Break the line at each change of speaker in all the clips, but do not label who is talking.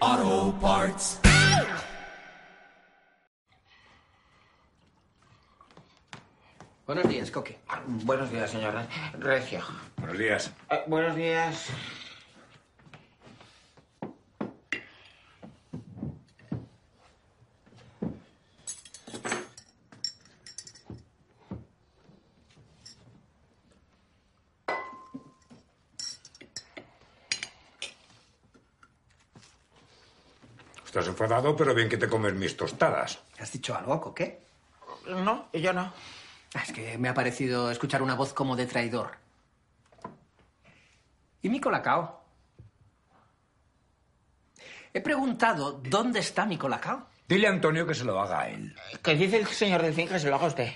Auto parts.
Buenos días, Coque.
Ah, Buenos días, señora. Recio.
Buenos días.
Eh, buenos días.
Estás enfadado, pero bien que te comes mis tostadas.
¿Has dicho algo, Coque?
No, yo no.
Ah, Es que me ha parecido escuchar una voz como de traidor. ¿Y mi colacao? He preguntado dónde está mi colacao.
Dile a Antonio que se lo haga a él.
Que dice el señor Delfín que se lo haga usted.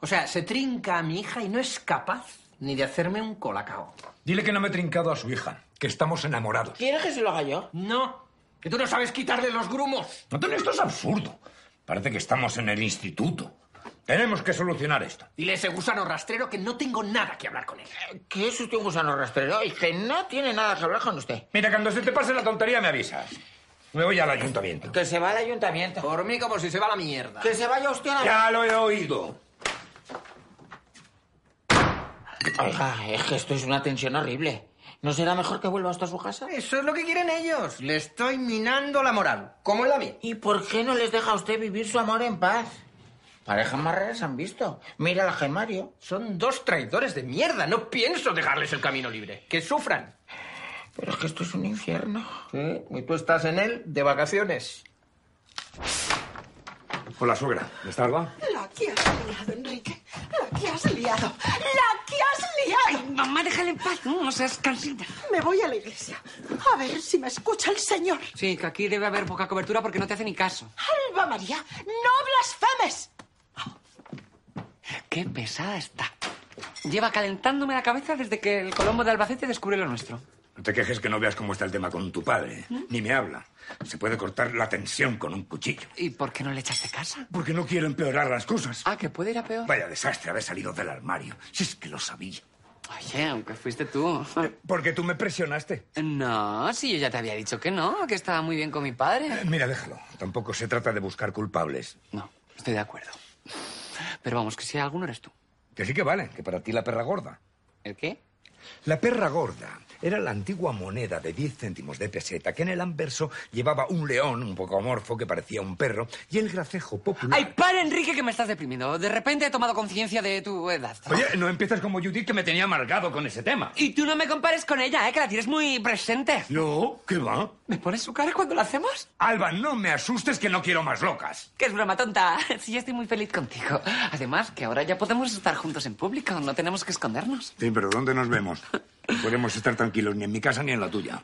O sea, se trinca a mi hija y no es capaz ni de hacerme un colacao.
Dile que no me he trincado a su hija, que estamos enamorados.
¿Quiere que se lo haga yo?
No, que tú no sabes quitarle los grumos.
Antonio, esto es absurdo. Parece que estamos en el instituto. Tenemos que solucionar esto.
Dile a ese gusano rastrero que no tengo nada que hablar con él.
Que es usted un gusano rastrero y que no tiene nada que hablar con usted.
Mira, cuando se te pase la tontería me avisas. Me voy al ayuntamiento.
Que se va al ayuntamiento.
Por mí como si se va a la mierda.
Que se vaya usted a la...
Ya lo he oído.
Oiga, es que esto es una tensión horrible. ¿No será mejor que vuelva hasta su casa?
Eso es lo que quieren ellos. Le estoy minando la moral, como en la mía.
¿Y por qué no les deja a usted vivir su amor en paz? Parejas más raras han visto. Mira al gemario.
Son dos traidores de mierda. No pienso dejarles el camino libre. Que sufran.
Pero es que esto es un infierno.
Sí, y tú estás en él de vacaciones.
Hola, suegra. ¿Está Alba?
La que has liado, Enrique. La que has liado. La que has liado.
Mamá, déjale en paz, no seas cansina.
Me voy a la iglesia. A ver si me escucha el Señor.
Sí, que aquí debe haber poca cobertura porque no te hace ni caso.
Alba María, no blasfemes.
Qué pesada está. Lleva calentándome la cabeza desde que el Colombo de Albacete descubrió lo nuestro.
No te quejes que no veas cómo está el tema con tu padre.
¿Mm?
Ni me habla. Se puede cortar la tensión con un cuchillo.
¿Y por qué no le echaste casa?
Porque no quiero empeorar las cosas.
Ah, que puede ir a peor.
Vaya desastre haber salido del armario. Si es que lo sabía. Eh,
Oye, aunque fuiste tú.
Porque tú me presionaste.
No, si yo ya te había dicho que no, que estaba muy bien con mi
Eh,
padre.
Mira, déjalo. Tampoco se trata de buscar culpables.
No, estoy de acuerdo. Pero vamos, que si hay alguno eres tú.
Que sí que vale, que para ti la perra gorda.
¿El qué?
La perra gorda era la antigua moneda de 10 céntimos de peseta que en el anverso llevaba un león un poco amorfo que parecía un perro y el gracejo popular.
¡Ay, para, Enrique, que me estás deprimiendo! De repente he tomado conciencia de tu edad.
Oye, no empiezas como Judith que me tenía amargado con ese tema.
Y tú no me compares con ella, ¿eh? Que la tienes muy presente.
No, ¿qué va?
¿Me pones su cara cuando lo hacemos?
Alba, no me asustes que no quiero más locas.
Que es broma tonta. Sí, yo estoy muy feliz contigo. Además, que ahora ya podemos estar juntos en público. No tenemos que escondernos.
Sí, pero ¿dónde nos vemos? No podemos estar tranquilos ni en mi casa ni en la tuya.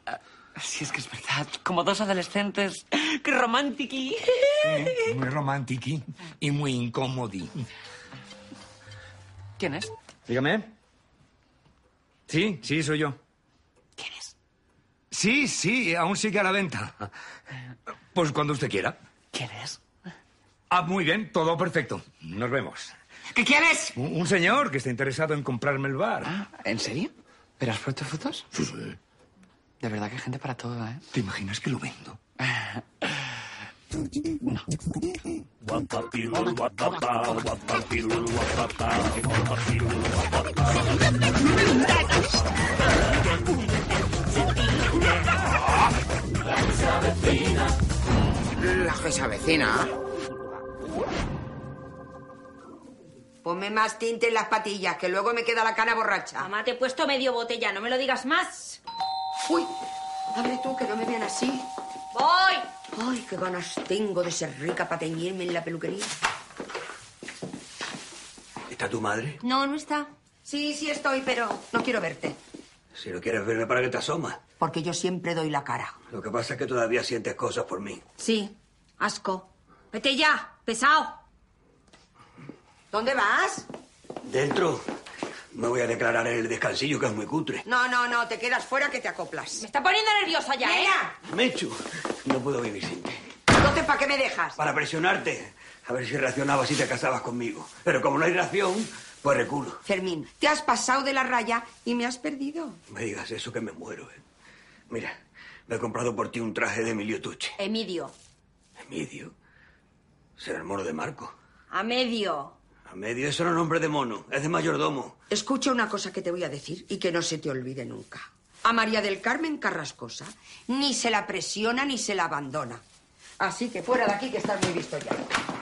Si es que es verdad. Como dos adolescentes. ¡Qué romantiqui!
Eh, Muy romántico y muy incómodo.
¿Quién es?
Dígame. Sí, sí, soy yo.
¿Quién es?
Sí, sí, aún sigue a la venta. Pues cuando usted quiera.
¿Quién es?
Ah, muy bien, todo perfecto. Nos vemos.
¿Qué quién es?
Un, un señor que está interesado en comprarme el bar.
Ah, ¿En serio? ¿Pero has puesto fotos?
Sí, sí.
De verdad que hay gente para todo, ¿eh?
¿Te imaginas que lo vendo?
La que se avecina.
Ponme más tinte en las patillas, que luego me queda la cara borracha.
Mamá, te he puesto medio botella, no me lo digas más.
Uy, abre tú, que no me vean así.
¡Voy!
Ay, qué ganas tengo de ser rica para teñirme en la peluquería.
¿Está tu madre?
No, no está.
Sí, sí estoy, pero no quiero verte.
Si no quieres verme, ¿para que te asomas?
Porque yo siempre doy la cara.
Lo que pasa es que todavía sientes cosas por mí.
Sí, asco.
Vete ya, pesado.
¿Dónde vas?
Dentro me voy a declarar en el descansillo, que es muy cutre.
No, no, no, te quedas fuera que te acoplas.
Me está poniendo nerviosa ya, ¿eh?
Nena,
Mechu, no puedo vivir sin ti.
entonces ¿para qué me dejas?
Para presionarte, a ver si reaccionabas y te casabas conmigo. Pero como no hay reacción, pues reculo.
Fermín, te has pasado de la raya y me has perdido.
Me digas eso que me muero. eh. Mira, me he comprado por ti un traje de Emilio Tucci.
A medio.
Emilio. Será el mono de Marco.
A medio.
A medio, eso no es nombre de mono, es de mayordomo.
Escucha una cosa que te voy a decir y que no se te olvide nunca. A María del Carmen Carrascosa ni se la presiona ni se la abandona. Así que fuera de aquí que estás muy visto ya.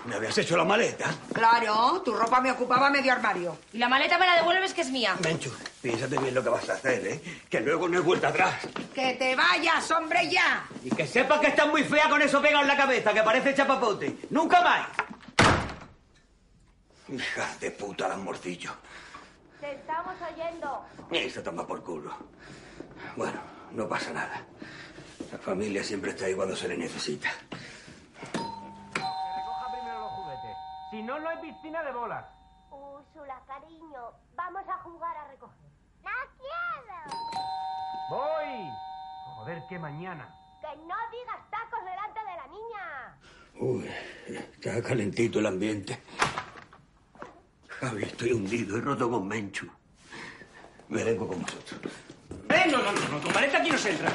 ¿Me habías hecho la maleta?
Claro, tu ropa me ocupaba medio armario.
Y la maleta me la devuelves que es mía.
Menchu, piénsate bien lo que vas a hacer, ¿eh? Que luego no hay vuelta atrás.
¡Que te vayas, hombre, ya!
Y que sepas que estás muy fea con eso pegado en la cabeza, que parece chapapote. ¡Nunca más! Hijas de puta, las morcillo.
Te estamos oyendo.
Eso toma por culo. Bueno, no pasa nada. La familia siempre está ahí cuando se le necesita.
Si no, no hay piscina de bolas.
Úrsula, cariño, vamos a jugar a recoger. ¡No quiero!
¡Voy! Joder, que mañana.
¡Que no digas tacos delante de la niña!
Uy, está calentito el ambiente. Javi, estoy hundido, he roto con Menchu. Me vengo con vosotros. ¡Eh, no, no, no, no, con maleta aquí no se entra!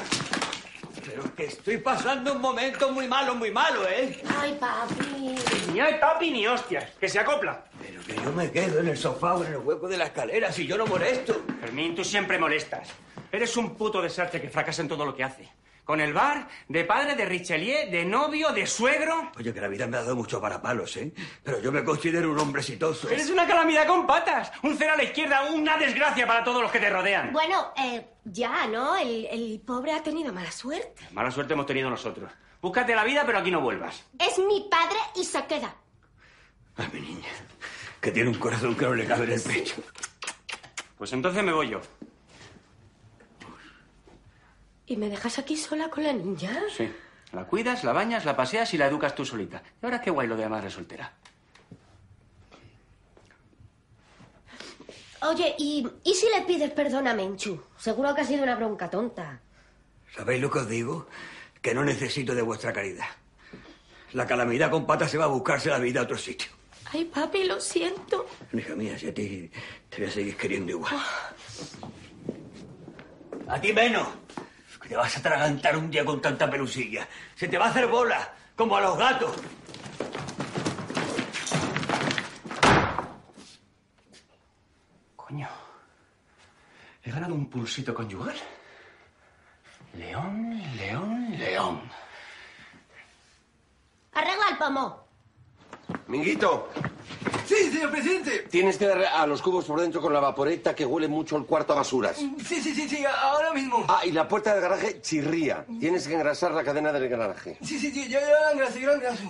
Pero es que estoy pasando un momento muy malo, muy malo, ¿eh?
¡Ay, papi!
Ni hay papi ni hostias. Que se acopla.
Pero que yo me quedo en el sofá o en el hueco de la escalera si yo no molesto.
Fermín, tú siempre molestas. Eres un puto desastre que fracasa en todo lo que hace. Con el bar, de padre, de Richelieu, de novio, de suegro.
Oye, que la vida me ha dado mucho para palos, ¿eh? Pero yo me considero un hombre exitoso.
Eres una calamidad con patas. Un cero a la izquierda, una desgracia para todos los que te rodean.
Bueno, eh, ya, ¿no? El, el pobre ha tenido mala suerte.
Mala suerte hemos tenido nosotros. Búscate la vida, pero aquí no vuelvas.
Es mi padre y se queda.
A
Ah,
mi niña, que tiene un corazón que no le cabe en el pecho.
Pues entonces me voy yo.
¿Y me dejas aquí sola con la niña?
Sí. La cuidas, la bañas, la paseas y la educas tú solita. Y ahora qué guay lo de la madre soltera.
Oye, ¿y, ¿y si le pides perdón a Menchu? Seguro que ha sido una bronca tonta.
¿Sabéis lo que os digo? Que no necesito de vuestra caridad. La calamidad con patas se va a buscarse la vida a otro sitio.
Ay, papi, lo siento.
Hija mía, si a ti te voy a seguir queriendo igual. A ti menos. Que te vas a atragantar un día con tanta pelusilla. Se te va a hacer bola, como a los gatos.
Coño. He ganado un pulsito conyugal. León, león, león.
Arregla el pomo.
Minguito,
Sí, señor presidente.
tienes que dar a los cubos por dentro con la vaporeta que huele mucho el cuarto a basuras.
Mm, Sí, sí, sí, sí, ahora mismo. Mm.
Ah, y la puerta del garaje chirría. Tienes que engrasar la cadena del garaje.
Sí, sí, sí, yo ya la engraso, yo la engraso.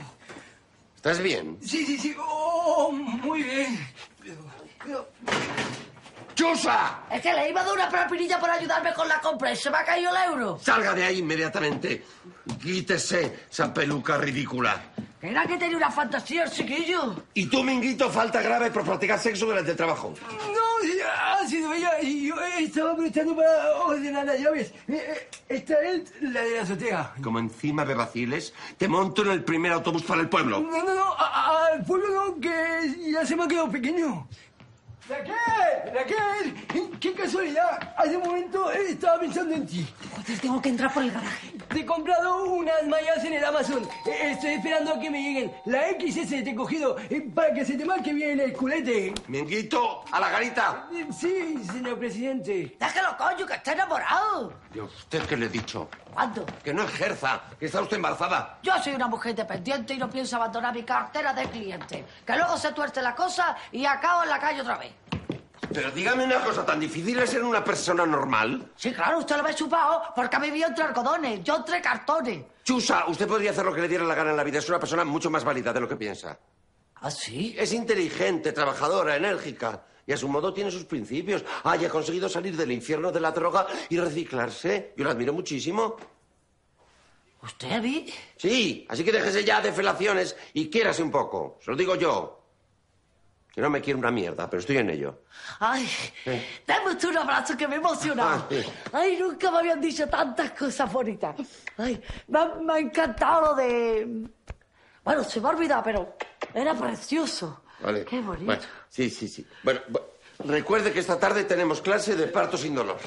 ¿Estás bien?
Sí, sí, sí. Oh, muy bien. Pero-
¡Chusa!
Es que le iba a dar una propinilla por ayudarme con la compra y se me ha caído el euro.
Salga de ahí inmediatamente. Quítese esa peluca ridícula.
Era que tenía una fantasía el chiquillo.
Y tú, Minguito, falta grave por practicar sexo durante el trabajo.
No, sí, ha sido ella y yo estaba aprovechando para ordenar las llaves. Eh, eh, Esta es la de la azotea.
Como encima de vaciles, te monto en el primer autobús para el
No,
pueblo.
no, no, a- a- al pueblo no, que ya se me ha quedado pequeño. Raquel, Raquel, qué casualidad. Hace un momento eh, estaba pensando en ti.
Joder, tengo que entrar por el garaje.
Te he comprado unas mallas en el Amazon. Eh, Estoy esperando a que me lleguen. La XS te he cogido eh, para que se te marque bien el culete.
Minguito, a la garita.
Eh, Sí, señor presidente.
Déjalo, coño, que está enamorado.
¿Y a usted qué le he dicho?
¿Cuándo?
Que no ejerza, que está usted embarazada.
Yo soy una mujer dependiente y no pienso abandonar mi cartera de cliente. Que luego se tuerce la cosa y acabo en la calle otra vez.
Pero dígame una cosa, ¿tan difícil es ser una persona normal?
Sí, claro, usted lo ve chupado porque ha vivido entre algodones, yo entre cartones.
Chusa, usted podría hacer lo que le diera la gana en la vida. Es una persona mucho más válida de lo que piensa.
¿Ah, sí?
Es inteligente, trabajadora, enérgica. Y a su modo tiene sus principios. Ah, y ha conseguido salir del infierno de la droga y reciclarse. Yo la admiro muchísimo.
¿Usted, vi?
Sí, así que déjese ya de felaciones y quiérase un poco. Se lo digo yo. Que no me quiero una mierda, pero estoy en ello.
Ay,
Eh,
dame usted un abrazo que me he emocionado.
Ay.
Ay, nunca me habían dicho tantas cosas bonitas. Ay, me ha, me ha encantado lo de... Bueno, se me ha olvidado, pero era precioso.
Vale.
Qué bonito.
Bueno, sí, sí, sí. Bueno, bu- recuerde que esta tarde tenemos clase de parto sin dolor.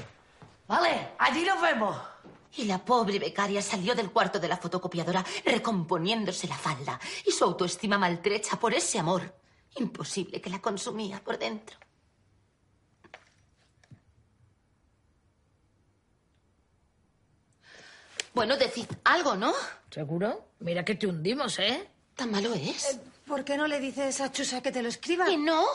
Vale, allí nos vemos.
Y la pobre becaria salió del cuarto de la fotocopiadora recomponiéndose la falda y su autoestima maltrecha por ese amor. Imposible que la consumía por dentro. Bueno, decid algo, ¿no?
¿Seguro? Mira que te hundimos, ¿eh?
¿Tan malo es?
Eh, ¿Por qué no le dices a Chusa que te lo escriba? Que
no,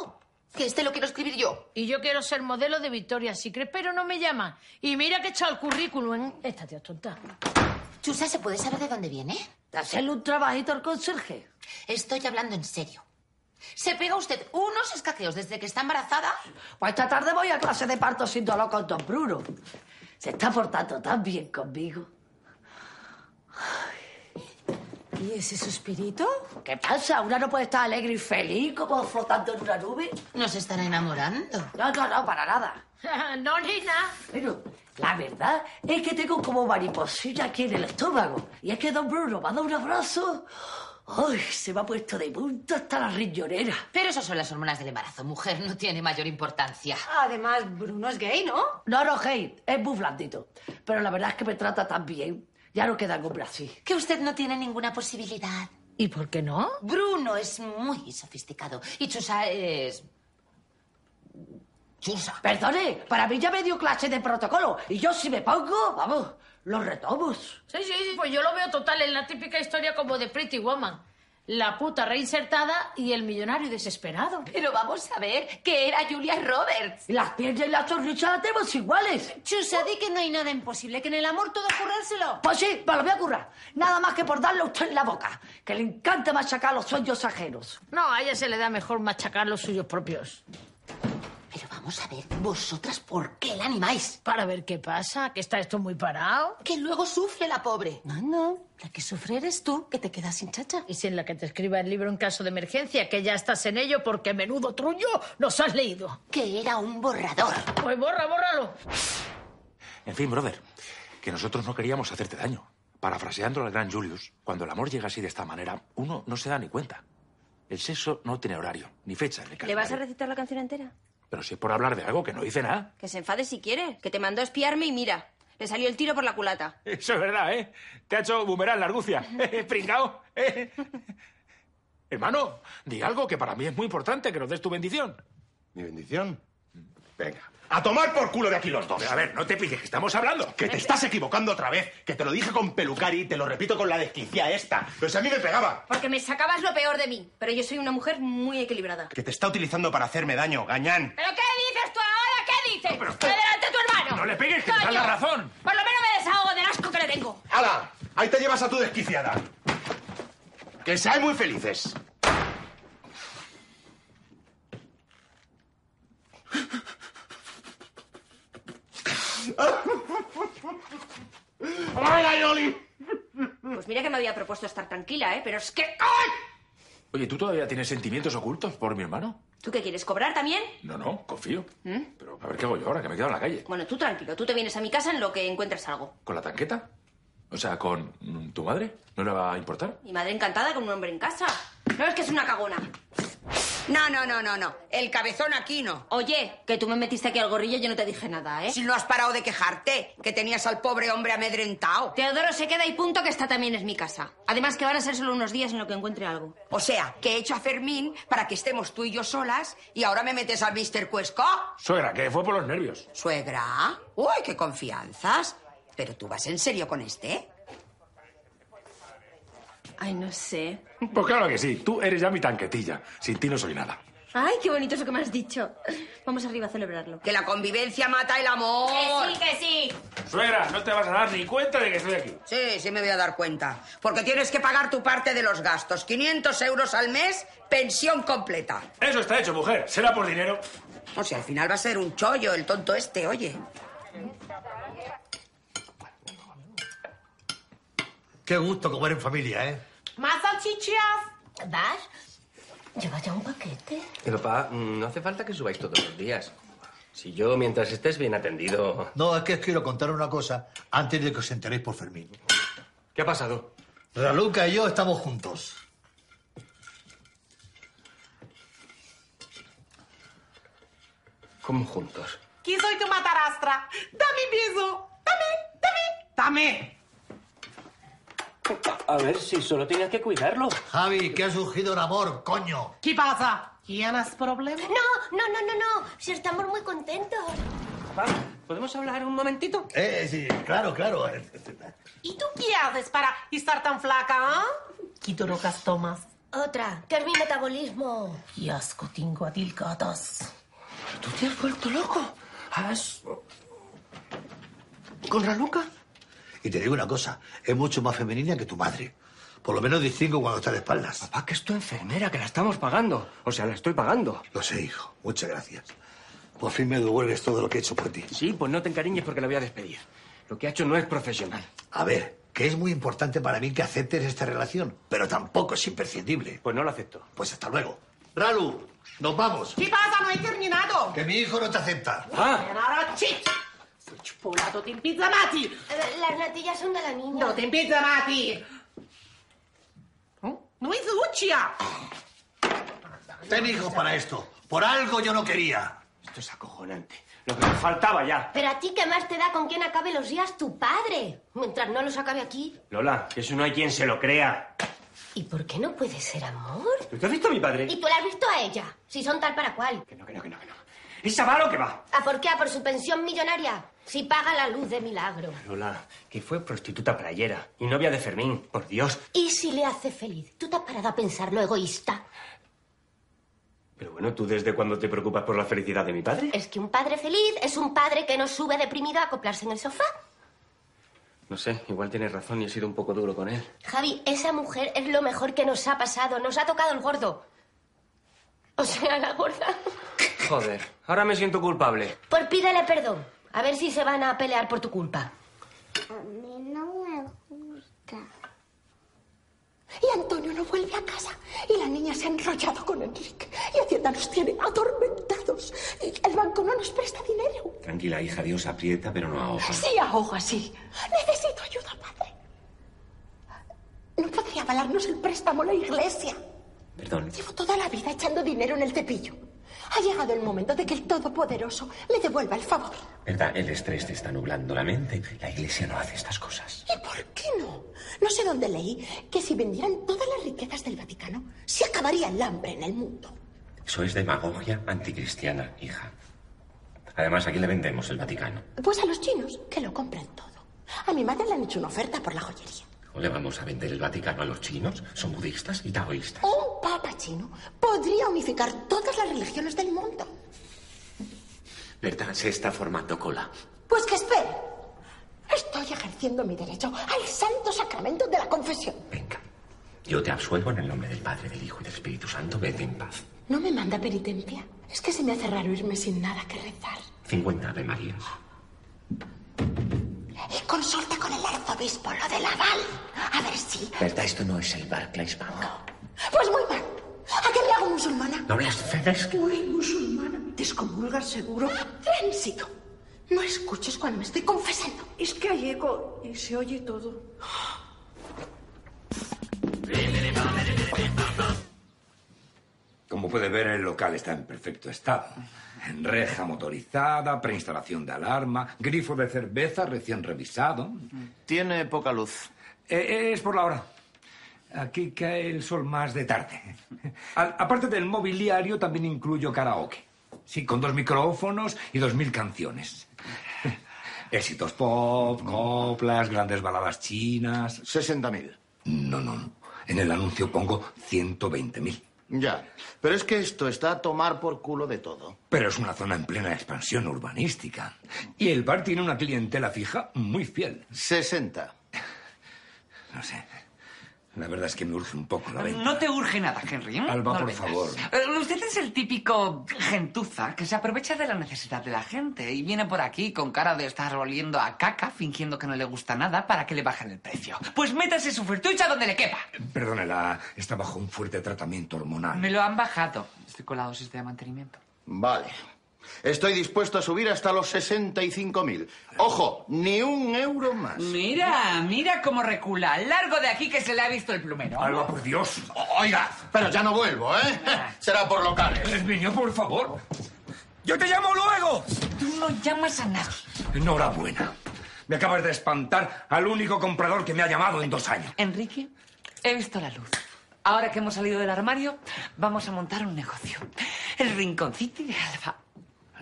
que este lo quiero escribir yo.
Y yo quiero ser modelo de Victoria Secret, pero no me llama. Y mira que he echado el currículum en... Esta tía es tonta.
Chusa, ¿se puede saber de dónde viene?
De hacerle un trabajito al conserje.
Estoy hablando en serio. Se pega usted unos escaqueos desde que está embarazada.
Pues esta tarde voy a clase de parto sin dolor con don Bruno. Se está portando tan bien conmigo.
¿Y ese suspirito?
¿Qué pasa? Una no puede estar alegre y feliz como flotando en una nube.
Nos estará enamorando.
No, no, no, para nada. no, ni nada. Pero la verdad es que tengo como mariposilla aquí en el estómago. Y es que don Bruno me ha dado un abrazo. ¡Ay! Se me ha puesto de punta hasta la riñonera.
Pero eso son las hormonas del embarazo, mujer. No tiene mayor importancia.
Además, Bruno es gay, ¿no?
No, no, hate. Es muy blandito. Pero la verdad es que me trata tan bien. Ya no queda hombre así.
Que usted no tiene ninguna posibilidad.
¿Y por qué no?
Bruno es muy sofisticado y Chusa es... Chusa.
Perdone, para mí ya me dio clase de protocolo. Y yo si me pongo, vamos, los retomos.
Sí, sí, sí, pues yo lo veo total en la típica historia como de Pretty Woman. La puta reinsertada y el millonario desesperado.
Pero vamos a ver, que era Julia Roberts.
Las piernas y las tornillas las tenemos iguales.
Chusa, di que no hay nada imposible, que en el amor todo currárselo.
Pues sí, me lo voy a currar. Nada más que por darle a usted en la boca, que le encanta machacar los sueños ajenos.
No, a ella se le da mejor machacar los suyos propios.
Pero vamos a ver, vosotras, ¿por qué la animáis?
Para ver qué pasa, que está esto muy parado.
Que luego sufre la pobre.
No, no, la que sufre eres tú, que te quedas sin chacha. Y sin la que te escriba el libro en caso de emergencia, que ya estás en ello porque menudo truño nos has leído.
Que era un borrador.
Pues borra, bórralo.
En fin, brother, que nosotros no queríamos hacerte daño. Parafraseando al gran Julius, cuando el amor llega así de esta manera, uno no se da ni cuenta. El sexo no tiene horario, ni fecha, ni
¿Le vas a
calendario.
recitar la canción entera?
Pero si es por hablar de algo que no dice nada.
Que se enfade si quiere, que te mandó a espiarme y mira, le salió el tiro por la culata.
Eso es verdad, ¿eh? Te ha hecho boomerang la argucia. Pringao. ¿eh? Hermano, di algo que para mí es muy importante, que nos des tu bendición.
¿Mi bendición? Venga.
A tomar por culo de aquí los dos.
Pero, a ver, no te pilles, que estamos hablando.
Que te estás equivocando otra vez. Que te lo dije con Pelucari y te lo repito con la desquicia esta. Pero si a mí me pegaba.
Porque me sacabas lo peor de mí, pero yo soy una mujer muy equilibrada.
Que te está utilizando para hacerme daño, gañán.
¿Pero qué dices tú ahora? ¿Qué dices? ¡Adelante tu hermano!
No le pegues, que te
¡Coño!
da la razón.
Por lo menos me desahogo del asco que le tengo.
¡Hala! Ahí te llevas a tu desquiciada. Que seáis muy felices.
¡Hola, Yoli! Pues mira que me había propuesto estar tranquila, ¿eh? Pero es que... ¡Ay!
Oye, ¿tú todavía tienes sentimientos ocultos por mi hermano?
¿Tú qué quieres? ¿Cobrar también?
No, no, confío.
¿Mm?
Pero a ver qué hago yo ahora, que me quedo en la calle.
Bueno, tú tranquilo, tú te vienes a mi casa en lo que encuentras algo.
¿Con la tanqueta? O sea, ¿con mm, tu madre? ¿No le va a importar?
Mi madre encantada con un hombre en casa. No es que es una cagona.
No, no, no, no, no. El cabezón aquí no.
Oye, que tú me metiste aquí al gorrillo y yo no te dije nada, ¿eh?
Si no has parado de quejarte, que tenías al pobre hombre amedrentado.
Teodoro se queda y punto que esta también es mi casa. Además que van a ser solo unos días en lo que encuentre algo.
O sea, que he hecho a Fermín para que estemos tú y yo solas y ahora me metes al Mr. Cuesco.
Suegra, que fue por los nervios.
Suegra. Uy, qué confianzas. Pero tú vas en serio con este.
Ay, no sé.
Pues claro que sí, tú eres ya mi tanquetilla. Sin ti no soy nada.
Ay, qué bonito eso que me has dicho. Vamos arriba a celebrarlo.
Que la convivencia mata el amor.
Que sí, que sí.
Suegra, no te vas a dar ni cuenta de que estoy aquí.
Sí, sí me voy a dar cuenta. Porque tienes que pagar tu parte de los gastos. 500 euros al mes, pensión completa.
Eso está hecho, mujer. Será por dinero.
O sea, al final va a ser un chollo el tonto este, oye.
Qué gusto comer en familia, ¿eh?
¿Más salchichas?
¿Vas? ¿Lleva ya un paquete?
Pero, pa, mm, no hace falta que subáis todos los días. Si yo, mientras estés bien atendido...
No, es que os quiero contar una cosa antes de que os enteréis por Fermín.
¿Qué ha pasado?
Raluca y yo estamos juntos.
¿Cómo juntos?
¿Quién soy tu matarastra? Dame beso. Dame, dame, dame.
A ver, si solo tenías que cuidarlo.
Javi, que ha surgido un amor, coño.
¿Qué pasa? ¿Tienes problemas?
No, no, no, no, no. Si estamos muy contentos.
¿Podemos hablar un momentito?
Eh, sí, claro, claro. eh,
¿Y tú qué haces para estar tan flaca, ah? ¿Qué drogas tomas?
Otra, que es mi metabolismo.
Y asco tengo a dilgadas.
¿Tú te has vuelto loco? ¿Has... ¿Con Raluca?
Y te digo una cosa, es mucho más femenina que tu madre. Por lo menos distingo cuando está de espaldas.
Papá, Ah, que es tu enfermera, que la estamos pagando. O sea, la estoy pagando.
Lo sé, hijo. Muchas gracias. Por fin me devuelves todo lo que he hecho por ti.
Sí, pues no te encariñes porque la voy a despedir. Lo que ha hecho no es profesional.
A ver, que es muy importante para mí que aceptes esta relación, pero tampoco es imprescindible.
Pues no la acepto.
Pues hasta luego. Ralu, nos vamos.
¿Qué pasa? No he terminado.
Que mi hijo no te acepta.
Ah.
Ahora, chit. Soy chipolato, te impizza Mati.
Eh, Las natillas son de la niña.
No te impizza Mati.
¿Oh?
No es lucha.
Ten hijos para esto. Por algo yo no quería.
Esto es acojonante. Lo que me faltaba ya.
Pero a ti, ¿qué más te da con quién acabe los días tu padre? Mientras no los acabe aquí.
Lola, que eso no hay quien se lo crea.
¿Y por qué no puede ser amor?
¿Tú te has visto a mi padre?
Y tú la has visto a ella, si son tal para cual.
No, Eh. que no, que no, que no. ¿Esa va lo que va?
¿A por qué? ¿A por su pensión millonaria? Si paga la luz de milagro.
Lola, que fue prostituta playera y novia de Fermín. Por Dios.
¿Y si le hace feliz? ¿Tú te has parado a pensar lo egoísta?
Pero bueno, ¿tú desde cuándo te preocupas por la felicidad de mi padre?
Es que un padre feliz es un padre que no sube deprimido a acoplarse en el sofá.
No sé, igual tienes razón y he sido un poco duro con él.
Javi, esa mujer es lo mejor que nos ha pasado. Nos ha tocado el gordo. O sea, la gorda.
Joder, ahora me siento culpable.
Pues pídele perdón. A ver si se van a pelear por tu culpa. A mí no me gusta. Y Antonio no vuelve a casa.
Y la niña se ha enrollado con Enrique. Y Hacienda nos tiene atormentados. Y el banco no nos presta dinero.
Tranquila, hija, Dios aprieta, pero no ahoga.
Sí, ahoga, sí. Necesito ayuda, padre. No podría avalarnos el préstamo la iglesia.
Perdón.
Llevo toda la vida echando dinero en el cepillo. Ha llegado el momento de que el Todopoderoso le devuelva el favor.
¿Verdad? El estrés te está nublando la mente. La iglesia no hace estas cosas.
¿Y por qué no? No sé dónde leí que si vendieran todas las riquezas del Vaticano, se acabaría el hambre en el mundo.
Eso es demagogia anticristiana, hija. Además, aquí le vendemos el Vaticano.
Pues a los chinos, que lo compren todo. A mi madre le han hecho una oferta por la joyería.
¿O le vamos a vender el Vaticano a los chinos? Son budistas y taoístas.
Un papa chino podría unificar todas las religiones del mundo.
¿Verdad? Se está formando cola.
Pues que espere. Estoy ejerciendo mi derecho al santo sacramento de la confesión.
Yo te absuelvo en el nombre del Padre, del Hijo y del Espíritu Santo. Vete en paz.
No me manda penitencia. Es que se me hace raro irme sin nada que rezar.
50 Ave Marías.
Y consulta con el arzobispo lo del aval. A ver si.
¿Verdad? Esto no es el Barclays Bank.
Pues muy mal. ¿A qué le hago musulmana?
No blasfemes.
Muy musulmana. Descomulga seguro. Tránsito. No escuches cuando me estoy confesando. Es que hay eco y se oye todo.
Como puede ver, el local está en perfecto estado. Reja motorizada, preinstalación de alarma, grifo de cerveza recién revisado.
Mm.
Tiene poca luz.
Eh, es por la hora. Aquí cae el sol más de tarde. Al- aparte del mobiliario, también incluyo karaoke. Sí, con dos micrófonos y dos mil canciones. Éxitos pop, coplas, grandes baladas chinas.
60.000.
No, no, no. En el anuncio pongo 120.000.
Ya, pero es que esto está a tomar por culo de todo.
Pero es una zona en plena expansión urbanística. Y el bar tiene una clientela fija muy fiel.
60.
No sé.
La verdad es que me urge un poco la venta.
No te urge nada, Henry. ¿eh?
Alba,
No
por
vengas.
favor.
Eh, Usted es el típico gentuza que se aprovecha de la necesidad de la gente y viene por aquí con cara de estar oliendo a caca, fingiendo que no le gusta nada para que le bajen el precio. Pues métase su fortucha donde le quepa.
Perdónela, está bajo un fuerte tratamiento hormonal.
Me lo han bajado. Estoy con la dosis de mantenimiento.
Vale. Estoy dispuesto a subir hasta los 65.000. Ojo, ni un euro más.
Mira, mira cómo recula. Largo de aquí que se le ha visto el plumero.
Alba, por Dios. Oiga, pero ya no vuelvo, ¿eh? Será por locales.
Eh, Niño, por favor. ¡Yo te llamo luego!
Tú no llamas a nadie.
Enhorabuena. Me acabas de espantar al único comprador que me ha llamado en dos años.
Enrique, he visto la luz. Ahora que hemos salido del armario, vamos a montar un negocio. El rinconcito de Alba.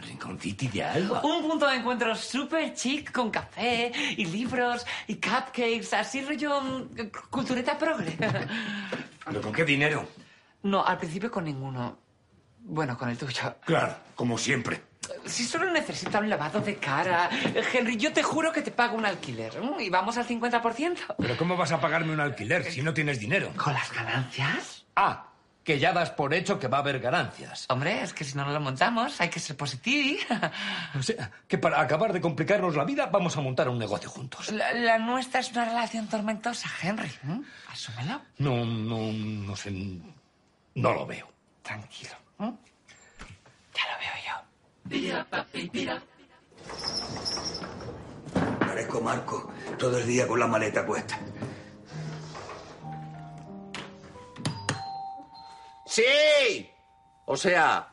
Rinconcito de Alba.
Un punto de encuentro súper chic con café y libros y cupcakes, así rollo mm, cultureta progre.
¿Pero con qué dinero?
No, al principio con ninguno. Bueno, con el tuyo.
Claro, como siempre.
Si solo necesita un lavado de cara, Henry, yo te juro que te pago un alquiler. ¿m? Y vamos al 50%.
¿Pero cómo vas a pagarme un alquiler si no tienes dinero?
¿Con las ganancias?
Ah,
que ya das por hecho que va a haber ganancias.
Hombre, es que si no lo montamos, hay que ser positivi.
o sea, que para acabar de complicarnos la vida vamos a montar un negocio juntos.
Pues La, la nuestra es una relación tormentosa, Henry. ¿eh? ¿m? Asúmelo.
No, no, no sé. No lo veo.
Tranquilo. ¿m?
Pira, papi, pira.
Parezco Marco, todo el día con la maleta puesta.
¡Sí! O sea,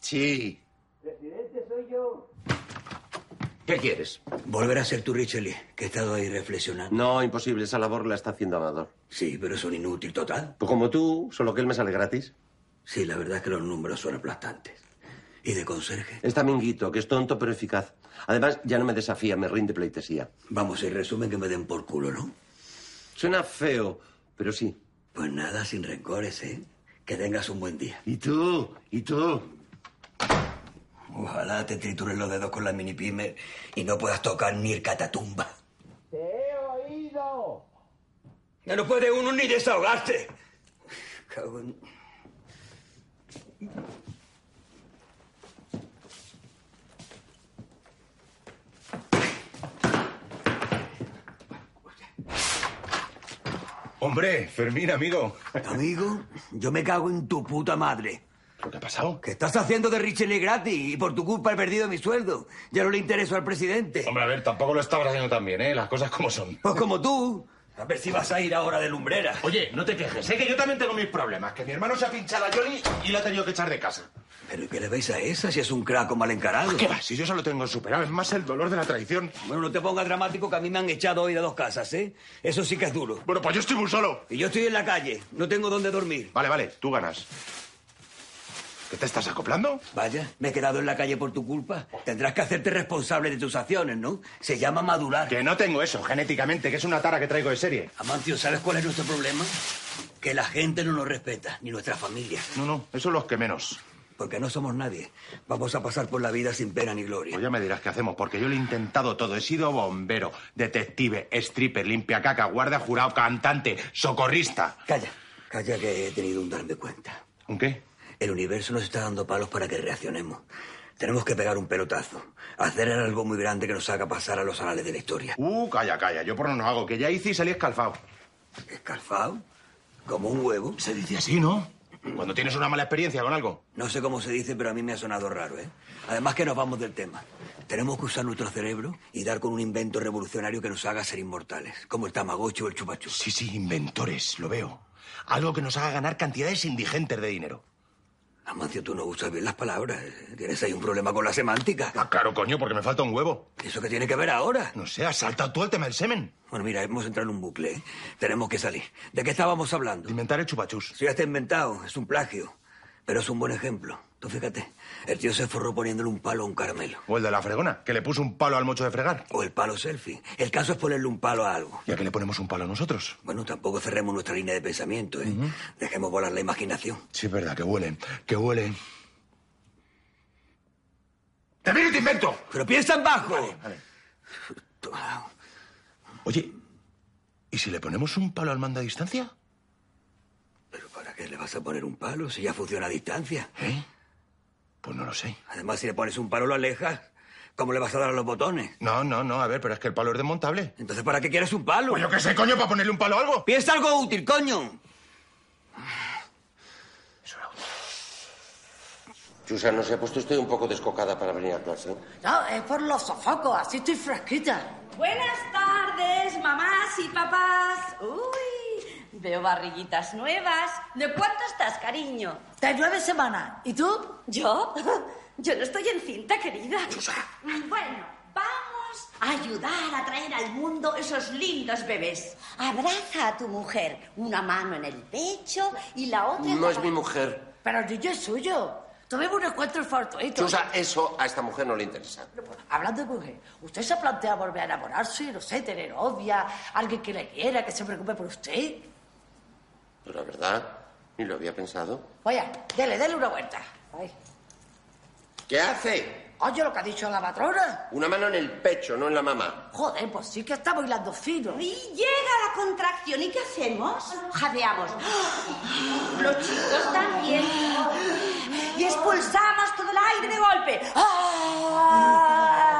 sí.
Presidente, soy yo.
¿Qué quieres?
Volver a ser tu Richelieu, que he estado ahí reflexionando.
No, imposible. Esa labor la está haciendo Amador.
Sí, pero es un inútil total.
Pues como tú, solo que él me sale gratis.
Sí, la verdad es que los números son aplastantes. ¿Y de conserje?
Está minguito, que es tonto pero eficaz. Además, ya no me desafía, me rinde pleitesía.
Vamos, en resumen, que me den por culo, ¿no?
Suena feo, pero sí.
Pues nada, sin rencores, ¿eh? Que tengas un buen día.
¿Y tú? ¿Y tú?
Ojalá te trituren los dedos con la mini pyme y no puedas tocar ni el catatumba.
Te he oído.
Ya no puede uno ni desahogarte. Cago en-
Hombre, Fermín, amigo.
Amigo, yo me cago en tu puta madre.
¿Lo que ha pasado?
Que estás haciendo de Richelieu gratis y por tu culpa he perdido mi sueldo. Ya no le intereso al presidente.
Hombre, a ver, tampoco lo estabas haciendo tan bien, ¿eh? Las cosas como son.
Pues como tú. A ver si vas a ir ahora de lumbrera.
Oye, no te quejes, sé que yo también tengo mis problemas. Que mi hermano se ha pinchado a Johnny y lo ha tenido que echar de casa.
¿Pero qué le veis a esa si es un craco mal encarado?
¿Qué va? Si yo se lo tengo superado, es más el dolor de la traición.
Bueno, no te pongas dramático que a mí me han echado hoy de dos casas, ¿eh? Eso sí que es duro.
Bueno, pues yo estoy muy solo.
Y yo estoy en la calle, no tengo dónde dormir.
Vale, vale, tú ganas. ¿Qué te estás acoplando?
Vaya, me he quedado en la calle por tu culpa. Tendrás que hacerte responsable de tus acciones, ¿no? Se llama madurar.
Que no tengo eso, genéticamente, que es una tara que traigo de serie.
Amancio, ¿sabes cuál es nuestro problema? Que la gente no nos respeta, ni nuestra familia.
No, no, eso los que menos.
Porque no somos nadie. Vamos a pasar por la vida sin pena ni gloria.
Pues ya me dirás qué hacemos, porque yo lo he intentado todo. He sido bombero, detective, stripper, limpiacaca, guardia jurado, cantante, socorrista.
Calla, calla que he tenido un darme cuenta.
¿Un qué?
El universo nos está dando palos para que reaccionemos. Tenemos que pegar un pelotazo, hacer algo muy grande que nos haga pasar a los anales de la historia.
Uh, calla, calla, yo por no nos hago, que ya hice y salí escalfado.
¿Escalfado? ¿Como un huevo?
Se dice así, ¿no? Cuando tienes una mala experiencia con algo.
No sé cómo se dice, pero a mí me ha sonado raro, ¿eh? Además que nos vamos del tema. Tenemos que usar nuestro cerebro y dar con un invento revolucionario que nos haga ser inmortales, como el tamagotchi o el chupachú.
Sí, sí, inventores, lo veo. Algo que nos haga ganar cantidades indigentes de dinero.
Amancio, tú no usas bien las palabras. ¿eh? Tienes ahí un problema con la semántica.
Ah, claro, coño, porque me falta un huevo.
¿Eso qué tiene que ver ahora?
No sé, has saltado tú el tema del semen.
Bueno, mira, hemos entrado en un bucle. ¿eh? Tenemos que salir. ¿De qué estábamos hablando?
Inventar el chupachus.
Sí, ya está inventado. Es un plagio. Pero es un buen ejemplo. Tú fíjate, el tío se forró poniéndole un palo a un caramelo.
O el de la fregona, que le puso un palo al mocho de fregar.
O el palo selfie. El caso es ponerle un palo a algo.
Ya que le ponemos un palo a nosotros.
Bueno, tampoco cerremos nuestra línea de pensamiento, ¿eh? Dejemos volar la imaginación.
Sí, es verdad, que huele, que huele. ¡Te miro y te invento!
¡Pero piensa en bajo!
Oye, ¿y ¿Y si le ponemos un palo al mando a distancia?
¿Para qué le vas a poner un palo si ya funciona a distancia?
¿Eh? Pues no lo sé.
Además, si le pones un palo, lo alejas. ¿Cómo le vas a dar a los botones?
No, no, no, a ver, pero es que el palo es desmontable.
Entonces, ¿para qué quieres un palo?
Pues yo qué sé, coño, para ponerle un palo a algo.
Piensa algo útil, coño.
Susana, se ha puesto usted un poco descocada para venir a clase.
No, es por los sofocos, así estoy fresquita.
Buenas tardes, mamás y papás. Uy, veo barriguitas nuevas. ¿De cuánto estás, cariño?
De nueve semanas. ¿Y tú?
¿Yo? Yo no estoy encinta, querida. Bueno, vamos a ayudar a traer al mundo esos lindos bebés. Abraza a tu mujer, una mano en el pecho y la otra... en
No
la
es mi mujer.
Pero el niño es suyo. Tomemos unos cuantos fortuitos.
Susa, eso a esta mujer no le interesa.
Hablando de mujer, ¿usted se plantea volver a enamorarse? No sé, tener novia, alguien que le quiera, que se preocupe por usted.
Pero la verdad, ni lo había pensado.
Vaya, dele, dele una vuelta. Ay.
¿Qué hace?
Oye, lo que ha dicho la patrona.
Una mano en el pecho, no en la mamá.
Joder, pues sí que estamos hilando fino.
Y llega la contracción, ¿y qué hacemos? Jadeamos. Los chicos también. Y expulsamos todo el aire de golpe.
Ah.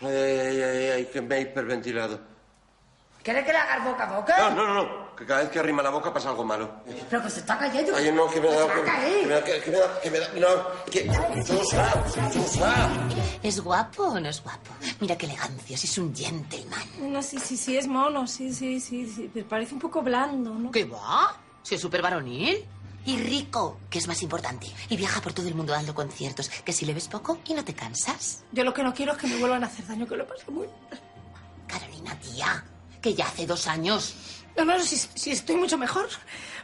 Ay, ay, ay, ay, que me he hiperventilado.
¿Quiere que le haga el boca a boca?
No, no, no, no, que cada vez que arrima la boca pasa algo malo.
Pero que se está cayendo.
Ay, no, que me ha
Se
dado...
va a
Que,
caer.
que me da... Que, que me da... Que me da... No, que... ah, Susa, Susa.
¿Es guapo o no es guapo? Mira qué elegancia, si es un gentleman.
No, sí, sí, sí, es mono, sí, sí, sí, sí, pero parece un poco blando, ¿no?
¿Qué va? Si es súper varonil. Y rico, que es más importante. Y viaja por todo el mundo dando conciertos, que si le ves poco y no te cansas.
Yo lo que no quiero es que me vuelvan a hacer daño, que lo paso muy...
Una tía, que ya hace dos años.
No, no, si, si estoy mucho mejor.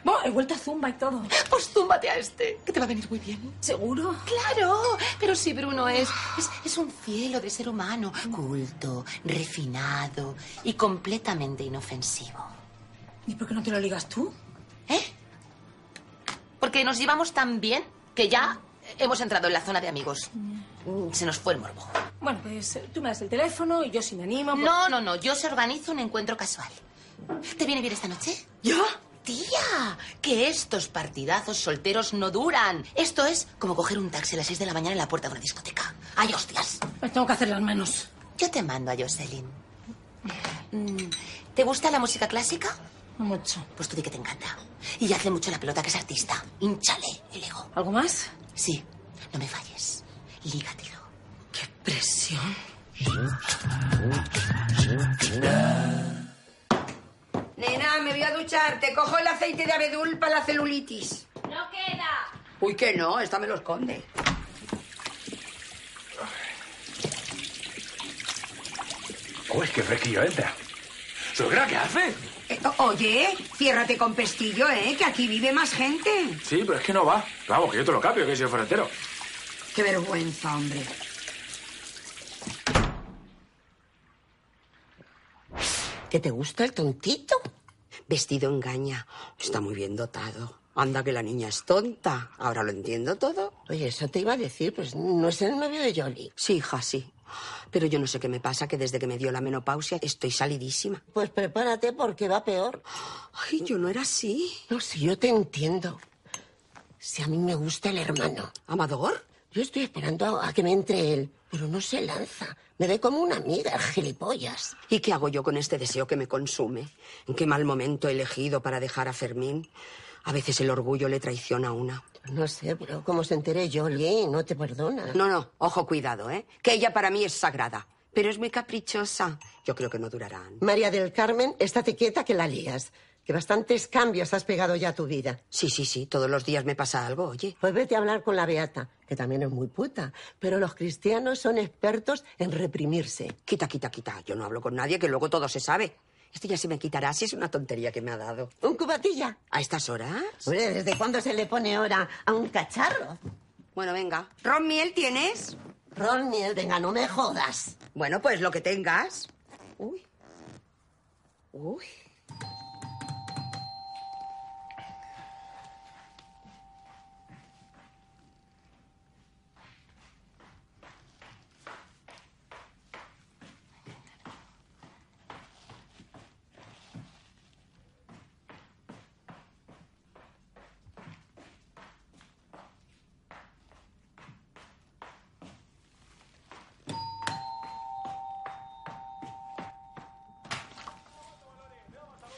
Bueno, he vuelto a Zumba y todo.
Pues zúmbate a este, que te va a venir muy bien.
¿Seguro?
Claro, pero si Bruno es, es, es un cielo de ser humano, culto, refinado y completamente inofensivo.
¿Y por qué no te lo ligas tú?
¿Eh? Porque nos llevamos tan bien que ya hemos entrado en la zona de amigos. Mm, Se nos fue el morbo.
Bueno, pues eh, tú me das el teléfono y yo si me animo... pues-
No, no, no, yo se organizo un encuentro casual. ¿Te viene bien esta noche?
¿Yo?
Tía, que estos partidazos solteros no duran. Esto es como coger un taxi a las 6 de la mañana en la puerta de una discoteca. ¡Ay, hostias!
Me Pues tengo que hacer las manos.
Yo te mando a Jocelyn. Mm, ¿Te gusta la música clásica?
Mucho.
Pues tú di que te encanta. Y hazle mucho la pelota que es artista. Hinchale el ego.
¿Algo más?
Sí, no me falles. Lígatelo.
¡Qué presión!
Nena, me voy a duchar. Te cojo el aceite de abedul para la celulitis.
¡No queda!
Uy, que no, esta me lo esconde.
Uy, qué fresquillo entra. ¿Suegra qué hace?
Eh, o- oye, ciérrate con pestillo, ¿eh? Que aquí vive más gente.
Sí, pero es que no va. Vamos, que yo te lo cambio, que soy forastero.
Qué vergüenza, hombre. ¿Que te gusta el tontito? Vestido engaña. Está muy bien dotado. Anda que la niña es tonta. Ahora lo entiendo todo. Oye, eso te iba a decir, pues no es el novio de Jolly. Sí, hija, sí. Pero yo no sé qué me pasa, que desde que me dio la menopausia estoy salidísima.
Pues prepárate porque va peor.
Ay, yo no era así.
No, si yo te entiendo. Si a mí me gusta el hermano.
¿Amador?
Yo estoy esperando a, a que me entre él, pero no se lanza. Me ve como una amiga, gilipollas.
¿Y qué hago yo con este deseo que me consume? ¿En qué mal momento he elegido para dejar a Fermín? A veces el orgullo le traiciona a una.
No sé, pero como se entere Jolie, no te perdona.
No, no, ojo, cuidado, ¿eh? Que ella para mí es sagrada, pero es muy caprichosa. Yo creo que no durarán.
María del Carmen, estate quieta que la lías. Que bastantes cambios has pegado ya a tu vida.
Sí, sí, sí, todos los días me pasa algo, oye.
Pues vete a hablar con la Beata, que también es muy puta. Pero los cristianos son expertos en reprimirse.
Quita, quita, quita. Yo no hablo con nadie, que luego todo se sabe. Esto ya se me quitará si es una tontería que me ha dado.
¿Un cubatilla?
¿A estas horas?
Hombre, ¿desde cuándo se le pone hora a un cacharro?
Bueno, venga. ¿Ron miel tienes?
Ron miel, venga, no me jodas.
Bueno, pues lo que tengas. Uy. Uy.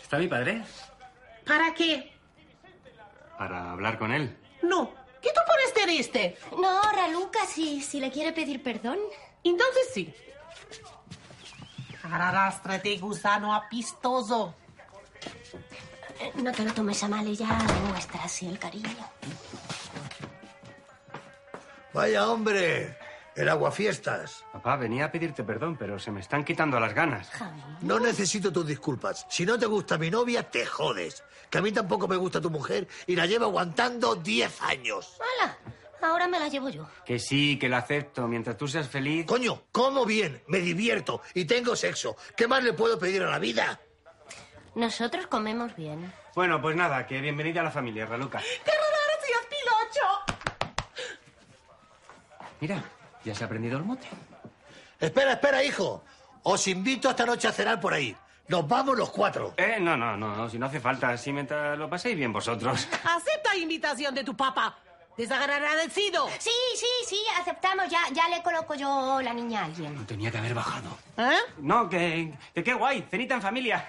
¿Está mi padre?
¿Para qué?
Para hablar con él.
No. ¿Qué tú pones de este?
No, Raluca, si, si le quiere pedir perdón.
Entonces sí. Arrastrate, gusano apistoso.
Eh, No te lo tomes a mal, ella demuestra así el cariño.
Vaya hombre, el aguafiestas.
Papá, venía a pedirte perdón, pero se me están quitando las ganas.
No necesito tus disculpas. Si no te gusta mi novia, te jodes. Que a mí tampoco me gusta tu mujer y la llevo aguantando 10 años.
¡Hala! Ahora me la llevo yo.
Que sí, que la acepto. Mientras tú seas feliz.
Coño, como bien, me divierto y tengo sexo. ¿Qué más le puedo pedir a la vida?
Nosotros comemos bien.
Bueno, pues nada, que bienvenida a la familia, Raluca.
¡Qué raro, tío Pilocho!
Mira, ya se ha aprendido el mote.
Espera, espera, hijo. Os invito esta noche a cenar por ahí. Nos vamos los cuatro.
Eh, no, no, no, no, si no hace falta. Si mientras lo paséis bien vosotros.
Acepta la invitación de tu papá. Desagradecido.
Sí, sí, sí, aceptamos. Ya, ya le coloco yo la niña a alguien.
Tenía que haber bajado.
¿Eh?
No, que, que qué guay. Cenita en familia.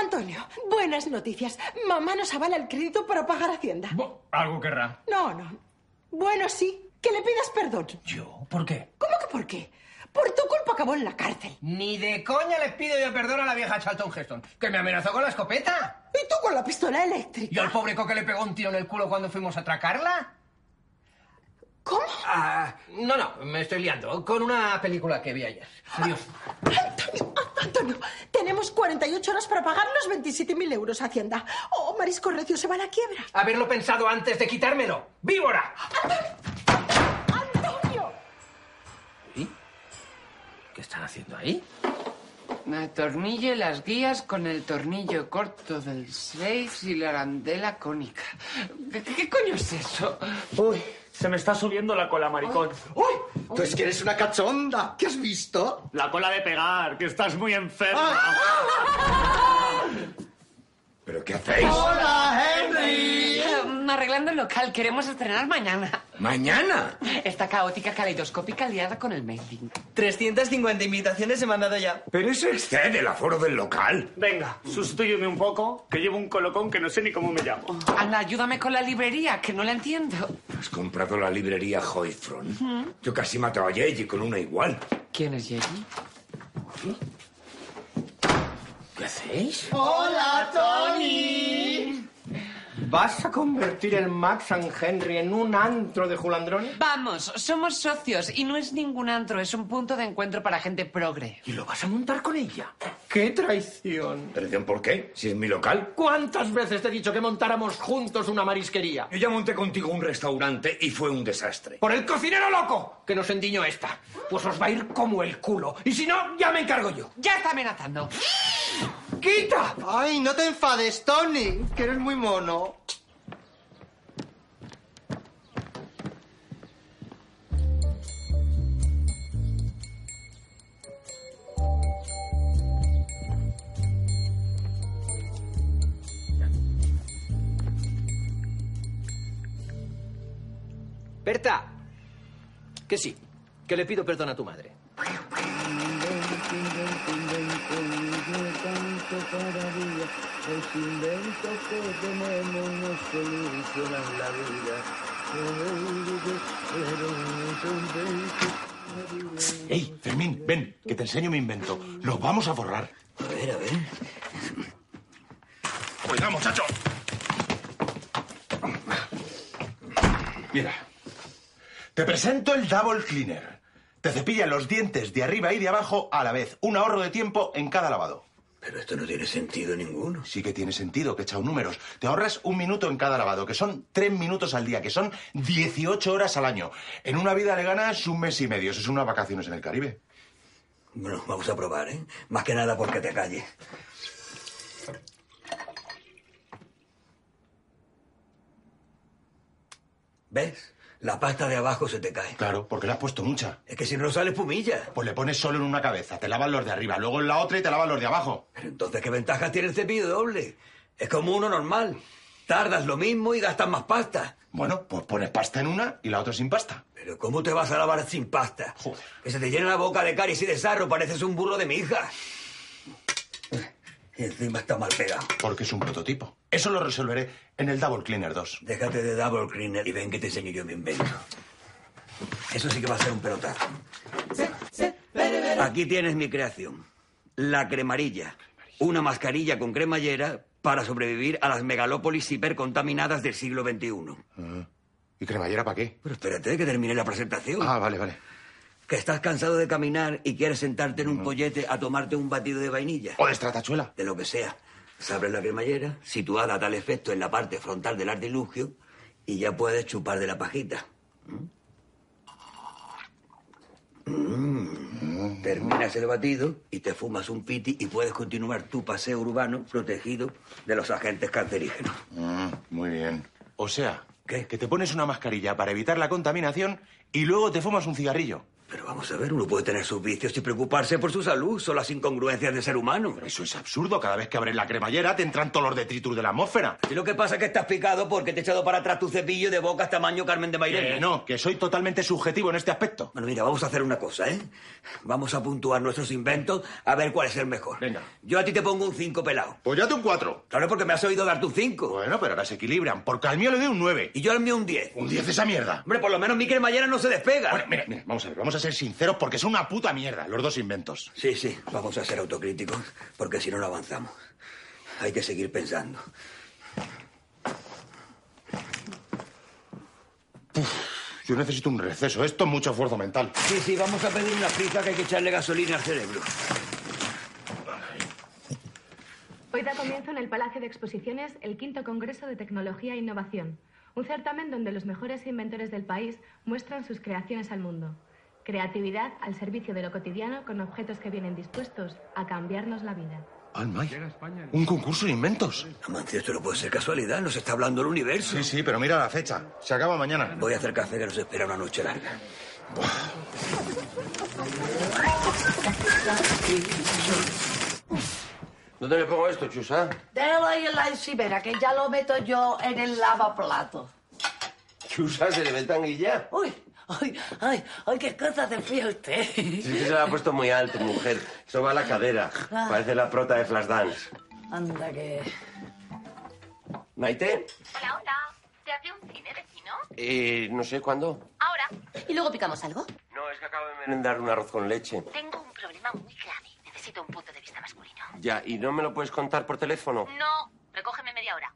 Antonio, buenas noticias. Mamá nos avala el crédito para pagar Hacienda.
Algo querrá.
No, no. Bueno, sí, que le pidas perdón.
¿Yo? ¿Por qué?
¿Cómo que por qué? Por tu culpa acabó en la cárcel.
Ni de coña les pido yo perdón a la vieja Charlton Heston, que me amenazó con la escopeta.
¿Y tú con la pistola eléctrica?
¿Y al pobre coque le pegó un tiro en el culo cuando fuimos a atracarla?
¿Cómo?
Ah, no, no, me estoy liando. Con una película que vi ayer. Adiós.
Antonio, tenemos 48 horas para pagar los 27.000 euros a Hacienda. O Marisco Recio se va a la quiebra.
Haberlo pensado antes de quitármelo. ¡Víbora!
¿Qué están haciendo ahí?
Atornille las guías con el tornillo corto del 6 y la arandela cónica. ¿Qué, qué coño es eso?
Uy, se me está subiendo la cola, maricón.
¡Uy!
Tú es que eres
una cachonda. ¿Qué has visto?
La cola de pegar, que estás muy enferma.
¿Pero qué hacéis?
Henry! Eh, Arreglando el local, queremos estrenar mañana.
¿Mañana?
Esta caótica caleidoscópica liada con el mailing.
350 invitaciones he mandado ya.
Pero eso excede el aforo del local.
Venga, sustúyeme un poco, que llevo un colocón que no sé ni cómo me llamo.
Anda, ayúdame con la librería, que no la entiendo.
Has comprado la librería Hoyfron. Yo casi mato a Yeji con una igual.
¿Quién es Yeji?
¿Qué hacéis?
¡Hola, Tony!
¿Vas a convertir el Max and Henry en un antro de Julandrón?
Vamos, somos socios y no es ningún antro, es un punto de encuentro para gente progre.
¿Y lo vas a montar con ella? ¡Qué traición!
¿Traición por qué? Si es mi local.
¿Cuántas veces Pues te he dicho que montáramos juntos una marisquería?
Yo ya monté contigo un restaurante y fue un desastre.
¡Por el cocinero loco! Que nos endiñó esta. Pues os va a ir como el culo. Y si no, ya me encargo yo.
Ya está amenazando.
¡Quita!
Ay, no te enfades, Tony, que eres muy mono.
Berta, que sí, que le pido perdón a tu madre.
Ey, Fermín, ven, que te enseño mi invento. Nos vamos a forrar. A ver, a ver. Cuidado, muchacho. Mira, te presento el Double Cleaner. Te cepilla los dientes de arriba y de abajo a la vez. Un ahorro de tiempo en cada lavado.
Pero esto no tiene sentido ninguno.
Sí que tiene sentido, que he echado números. Te ahorras un minuto en cada lavado, que son tres minutos al día, que son 18 horas al año. En una vida le ganas un mes y medio. Eso son unas vacaciones en el Caribe.
Bueno, vamos a probar, ¿eh? Más que nada porque te calle. ¿Ves? La pasta de abajo se te cae.
Claro, porque le has puesto mucha.
Es que si no sale espumilla.
Pues le pones solo en una cabeza, te lavas los de arriba, luego en la otra y te lavas los de abajo.
Pero entonces, ¿qué ventaja tiene el cepillo doble? Es como uno normal. Tardas lo mismo y gastas más pasta.
Bueno, pues pones pasta en una y la otra sin pasta.
Pero ¿cómo te vas a lavar sin pasta? Joder. Que se te llena la boca de caries y de sarro, pareces un burro de mi hija. Y encima está mal pegado.
Porque es un prototipo. Eso lo resolveré en el Double Cleaner 2.
Déjate de double cleaner y ven que te enseño yo mi invento. Eso sí que va a ser un pelotazo. Aquí tienes mi creación. La cremarilla. Una mascarilla con cremallera para sobrevivir a las megalópolis hipercontaminadas del siglo XXI.
Ah. ¿Y cremallera para qué?
Pero espérate que termine la presentación.
Ah, vale, vale.
Que estás cansado de caminar y quieres sentarte en un pollete a tomarte un batido de vainilla.
Mm. O de estratachuela.
De lo que sea. Sabes la cremallera, situada a tal efecto en la parte frontal del artilugio, y ya puedes chupar de la pajita. Mm. Terminas el batido y te fumas un piti y puedes continuar tu paseo urbano protegido de los agentes cancerígenos.
muy bien. O sea, que te pones una mascarilla para evitar la contaminación y luego te fumas un cigarrillo.
Pero vamos a ver, uno puede tener sus vicios y preocuparse por su salud. Son las incongruencias de ser humano.
eso es absurdo. Cada vez que abres la cremallera te entran todos los detritus de la atmósfera.
Y lo que pasa es que estás picado porque te he echado para atrás tu cepillo de bocas tamaño Carmen de Mairena.
Que no, que soy totalmente subjetivo en este aspecto.
Bueno, mira, vamos a hacer una cosa, ¿eh? Vamos a puntuar nuestros inventos a ver cuál es el mejor. Venga. Yo a ti te pongo un 5 pelado.
Pues yo te un 4.
Claro, porque me has oído dar tu 5.
Bueno, pero ahora se equilibran, porque al mío le doy un 9.
Y yo al mío un 10.
Un 10 esa mierda.
Hombre, por lo menos mi cremallera no se despega.
Bueno, mira, mira, vamos a ver, vamos a ser sinceros porque son una puta mierda los dos inventos.
Sí, sí, vamos a ser autocríticos, porque si no, no avanzamos. Hay que seguir pensando.
Yo necesito un receso, esto es mucho esfuerzo mental.
Sí, sí, vamos a pedir una pizza que hay que echarle gasolina al cerebro.
Hoy da comienzo en el Palacio de Exposiciones el quinto Congreso de Tecnología e Innovación, un certamen donde los mejores inventores del país muestran sus creaciones al mundo. Creatividad al servicio de lo cotidiano con objetos que vienen dispuestos a cambiarnos la vida.
Almay, un concurso de inventos.
Amancio, esto no puede ser casualidad, nos está hablando el universo.
Sí, sí, pero mira la fecha, se acaba mañana.
Voy a hacer café que nos espera una noche larga.
¿Dónde le pongo esto, ah? Chusa?
Déjalo ahí en la encimera, que ya lo meto yo en el lavaplato.
Chusa, ah, se le ve el tanguilla.
Uy, ay, ay, ay, qué cosa se fía usted.
Sí, que se la ha puesto muy alto, mujer. Eso va a la cadera.
Ah.
Parece la prota de Flashdance.
Anda que...
¿Maite?
Hola, hola. ¿Te hace un cine, vecino?
Eh, no sé cuándo.
Ahora. ¿Y luego picamos algo?
No, es que acabo de merendar un arroz con leche.
Tengo un problema muy grave. Necesito un punto de vista masculino.
Ya, ¿y no me lo puedes contar por teléfono?
No, recógeme media hora.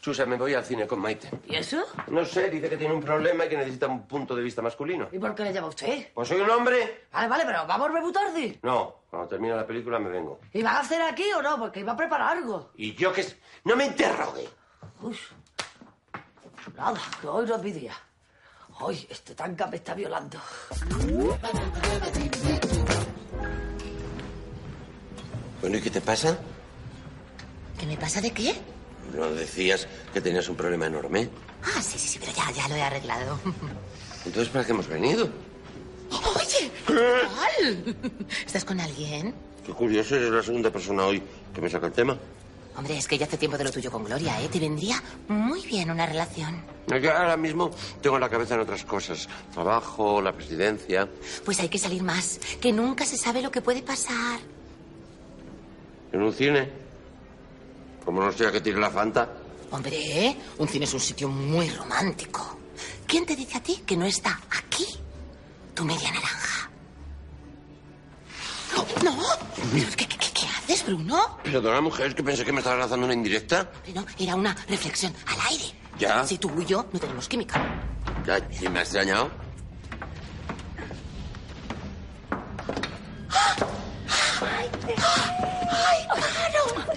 Chusa, me voy al cine con Maite.
¿Y eso?
No sé, dice que tiene un problema y que necesita un punto de vista masculino.
¿Y por qué le lleva usted?
Pues soy un hombre.
Vale, vale, pero va a volver muy tarde.
No, cuando termine la película me vengo.
¿Y va a hacer aquí o no? Porque iba a preparar algo.
Y yo que... s- No me interrogue.
Uy, chulada, que hoy no es mi día. Hoy este tanca me está violando.
Bueno, ¿y qué te pasa?
¿Qué me pasa de qué?
No decías que tenías un problema enorme.
Ah, sí, sí, sí, pero ya, ya lo he arreglado.
Entonces, ¿para qué hemos venido?
Oye, ¿qué tal? ¿Estás con alguien?
Qué curioso, eres la segunda persona hoy que me saca el tema.
Hombre, es que ya hace tiempo de lo tuyo con Gloria, ¿eh? Te vendría muy bien una relación.
Yo ahora mismo tengo la cabeza en otras cosas. Trabajo, la presidencia.
Pues hay que salir más, que nunca se sabe lo que puede pasar.
En un cine. Como no sea que tire la fanta.
Hombre, ¿eh? un cine es un sitio muy romántico. ¿Quién te dice a ti que no está aquí tu media naranja? ¡No! ¿Qué, qué, qué- qué haces, Bruno?
Perdona, mujer, es que pensé que me estabas lanzando una indirecta.
Bruno, era una reflexión al aire.
Ya.
Si tú y yo no tenemos química.
Ya, ¿y me ha extrañado?
¡Ay, claro!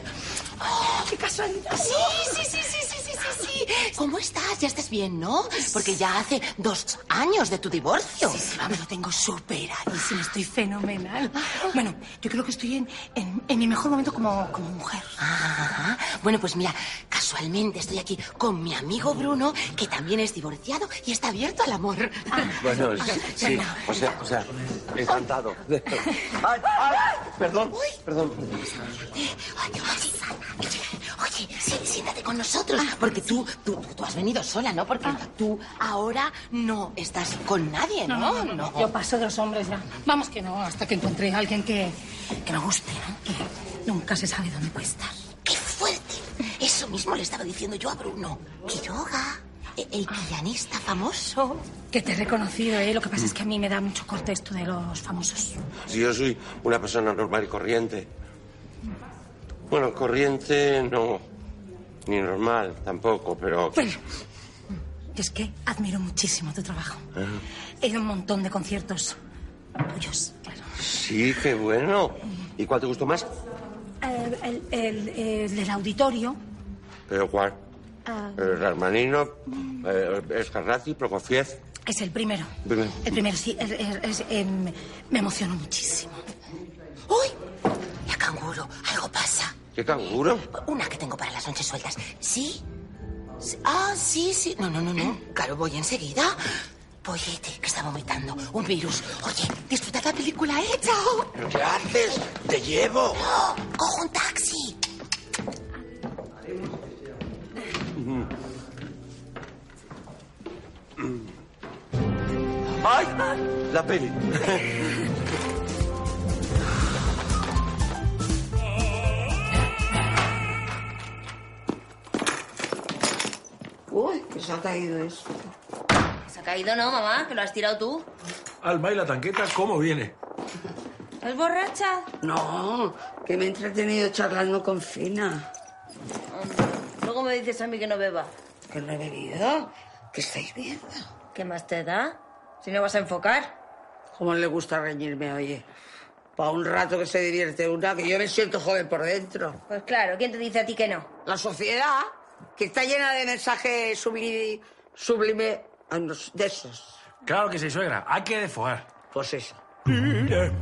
Oh,
¡Qué casualidad! Sí, sí, sí, sí, sí, sí, sí, sí. ¿Cómo estás? Ya estás bien, ¿no? Porque ya hace dos años de tu divorcio. Sí, sí, vamos, lo tengo superadísimo.
Estoy fenomenal.
Ah.
Bueno, yo creo que estoy en, en- en mi mejor momento como, como mujer.
Ajá. Bueno, pues mira, casualmente estoy aquí con mi amigo Bruno, que también es divorciado y está abierto al amor. Ah,
Bueno, sí. O sea, o sea, encantado. Ay, ay, perdón, perdón.
Oye, Oye, sí, sí, siéntate con nosotros. Porque tú, tú, tú, tú has venido sola, ¿no? Porque tú ahora no estás con nadie, ¿no?
Ah. No, no, no, no. Yo paso de los hombres ya. Vamos que no, hasta que encontré a alguien que, que me guste, ¿no? Que nunca se sabe dónde puede estar.
¡Qué fuerte! Eso mismo le estaba diciendo yo a Bruno. Quiroga, e- el pianista famoso.
Ah. Que te he reconocido, ¿eh? Lo que pasa es que a mí me da mucho corte esto de los famosos.
Si yo soy una persona normal y corriente. Bueno, corriente no. Ni normal tampoco, pero.
Bueno, yo es que admiro muchísimo tu trabajo.
Ah,
He ido a un montón de conciertos tuyos, claro.
Sí, qué bueno. ¿Y cuál te gustó más?
Eh, El, el- el del auditorio.
¿Pero cuál?
ah,
Eh, Rasmanino, eh, Escarrazi, Prokofiev.
Es el primero. El primero, sí. el- el- es, em, me emocionó muchísimo.
La canguro, algo pasa.
¿Qué canguro?
Una que tengo para las once sueltas. ¿Sí? Sí. Ah, sí, sí. No, no, no, no. Claro, voy enseguida. Pollete, que está vomitando. Un virus. Oye, disfruta la película, ¿eh? Chao.
¿Pero qué haces? ¡Te llevo!
No, cojo un taxi.
¡Ay! La peli.
Uy, que se ha caído eso.
Se ha caído, ¿no, mamá? Que lo has tirado tú.
Alma y la tanqueta, ¿cómo viene?
¿Estás borracha?
No, que me he entretenido charlando con Fina.
Luego me dices a mí que no beba.
Que no he bebido. Que estáis viendo.
¿Qué más te da? Si no vas a enfocar.
¿Cómo le gusta reñirme, oye? Para un rato que se divierte una, que yo me siento joven por dentro.
Pues claro, ¿quién te dice a ti que no?
La sociedad, que está llena de mensajes sublime, sublime ah, no, de esos.
Claro que sí, suegra. Hay que desfogar.
Pues eso.
¡Camariero!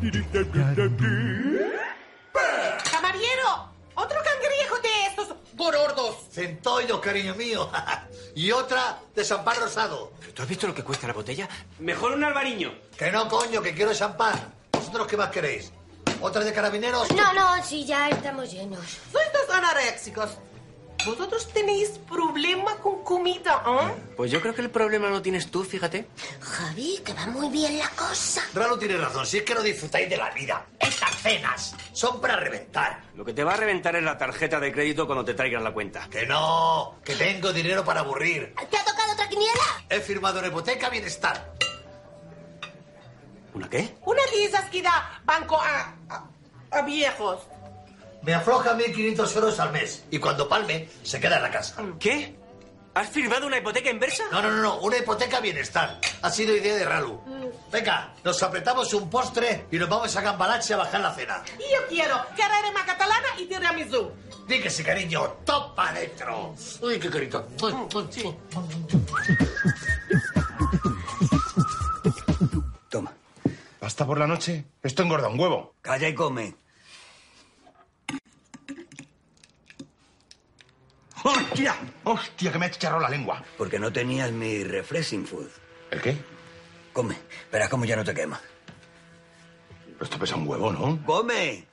¡Otro cangrejo de estos gorordos!
Centollos, cariño mío. y otra de champán rosado.
¿Tú has visto lo que cuesta la botella? Mejor un albariño.
Que no, coño, que quiero champán. ¿Vosotros qué más queréis? ¿Otra de carabineros?
No, no, sí, ya estamos llenos.
Sois dos anoréxicos. Vosotros tenéis problema con comida, ¿ah?
Pues yo creo que el problema lo tienes tú, fíjate.
Javi, que va muy bien la cosa.
Ralo tiene razón, si es que no disfrutáis de la vida. Estas cenas son para reventar.
Lo que te va a reventar es la tarjeta de crédito cuando te traigan la cuenta.
Que no, que tengo dinero para aburrir.
¿Te ha tocado otra quiniela?
He firmado una hipoteca bienestar.
¿Una qué?
Una de esas que da banco a, a- a viejos.
Me afloja 1.500 euros al mes. Y cuando palme, se queda en la casa.
¿Qué? ¿Has firmado una hipoteca inversa?
No, no, no, no, una hipoteca bienestar. Ha sido idea de Ralu. Venga, nos apretamos un postre y nos vamos a Gambalache a bajar la cena.
Y yo quiero carrerema catalana y tiramisú.
Di que sí, cariño, topa adentro. Uy, qué carita.
Toma.
¿Hasta por la noche? Esto engorda un huevo.
Calla y come.
¡Hostia! ¡Hostia, que me ha chicharrado la lengua!
Porque no tenías mi refreshing food.
¿El qué?
Come. Verás cómo ya no te quema.
Pero esto pesa un huevo, ¿no?
¡Come!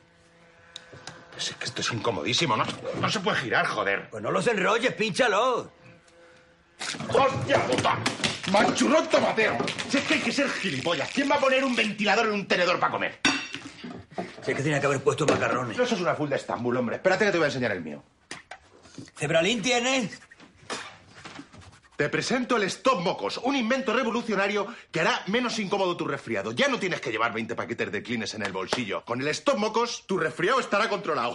Pues es que esto es incomodísimo, ¿no? No se puede girar, joder.
Pues no los enrolles, pínchalo.
¡Hostia puta! ¡Manchurrón tomatero! Si es que hay que ser gilipollas. ¿Quién va a poner un ventilador en un tenedor para comer?
Si es que tenía que haber puesto macarrones.
No, eso es una full de Estambul, hombre. Espérate que te voy a enseñar el mío.
¿Cebralín tienes?
Te presento el Stop Mocos, un invento revolucionario que hará menos incómodo tu resfriado. Ya no tienes que llevar 20 paquetes de clines en el bolsillo. Con el Stop Mocos, tu resfriado estará controlado.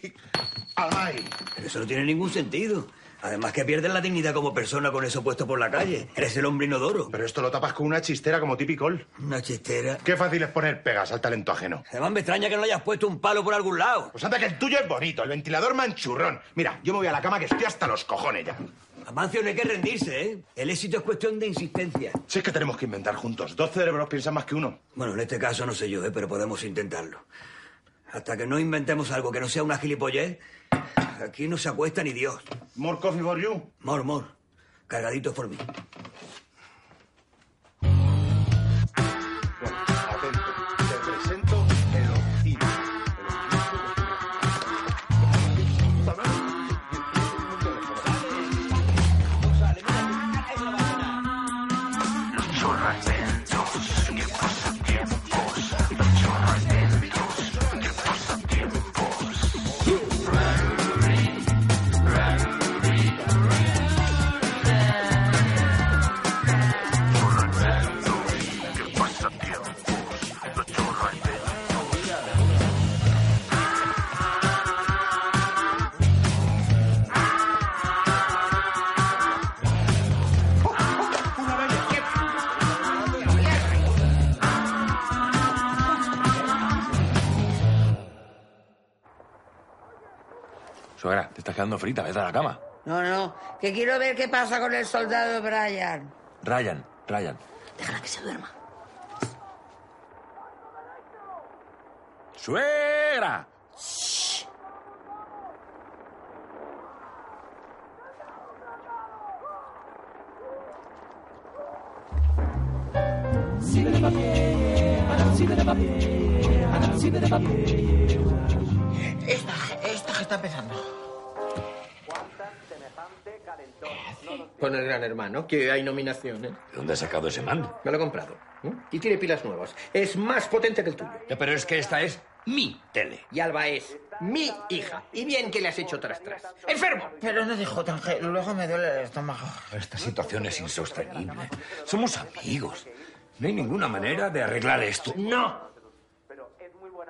¡Ay!
Pero eso no tiene ningún sentido. Además que pierdes la dignidad como persona con eso puesto por la calle. Eres el hombre inodoro.
Pero esto lo tapas con una chistera como tipicol.
Una chistera.
Qué fácil es poner pegas al talento ajeno.
Además me extraña que no le hayas puesto un palo por algún lado.
Pues anda que el tuyo es bonito, el ventilador manchurrón. Mira, yo me voy a la cama que estoy hasta los cojones ya.
Amancio, no hay que rendirse, ¿eh? El éxito es cuestión de insistencia.
Si es que tenemos que inventar juntos. Dos cerebros piensan más que uno.
Bueno, en este caso no sé yo, ¿eh? Pero podemos intentarlo. Hasta que no inventemos algo que no sea una gilipollez, aquí no se acuesta ni Dios.
More coffee for you.
More, more. Cargadito for mí.
Te presento el
Suegra, te estás quedando frita, vete a la cama.
No, no, que quiero ver qué pasa con el soldado Brian.
Ryan, Ryan.
Déjala que se duerma.
¡Suegra!
Esta, esta que está empezando.
Con el gran hermano, que hay nominaciones.
¿De dónde has sacado ese mando?
Me lo he comprado. ¿eh? Y tiene pilas nuevas. Es más potente que el tuyo.
Eh, Pero es que esta es mi tele.
Y Alba es mi hija. Y bien que le has hecho tras tras. ¡Enfermo!
Pero no dijo tan que luego me duele el estómago.
Esta situación es insostenible. Somos amigos. No hay ninguna manera de arreglar esto.
¡No!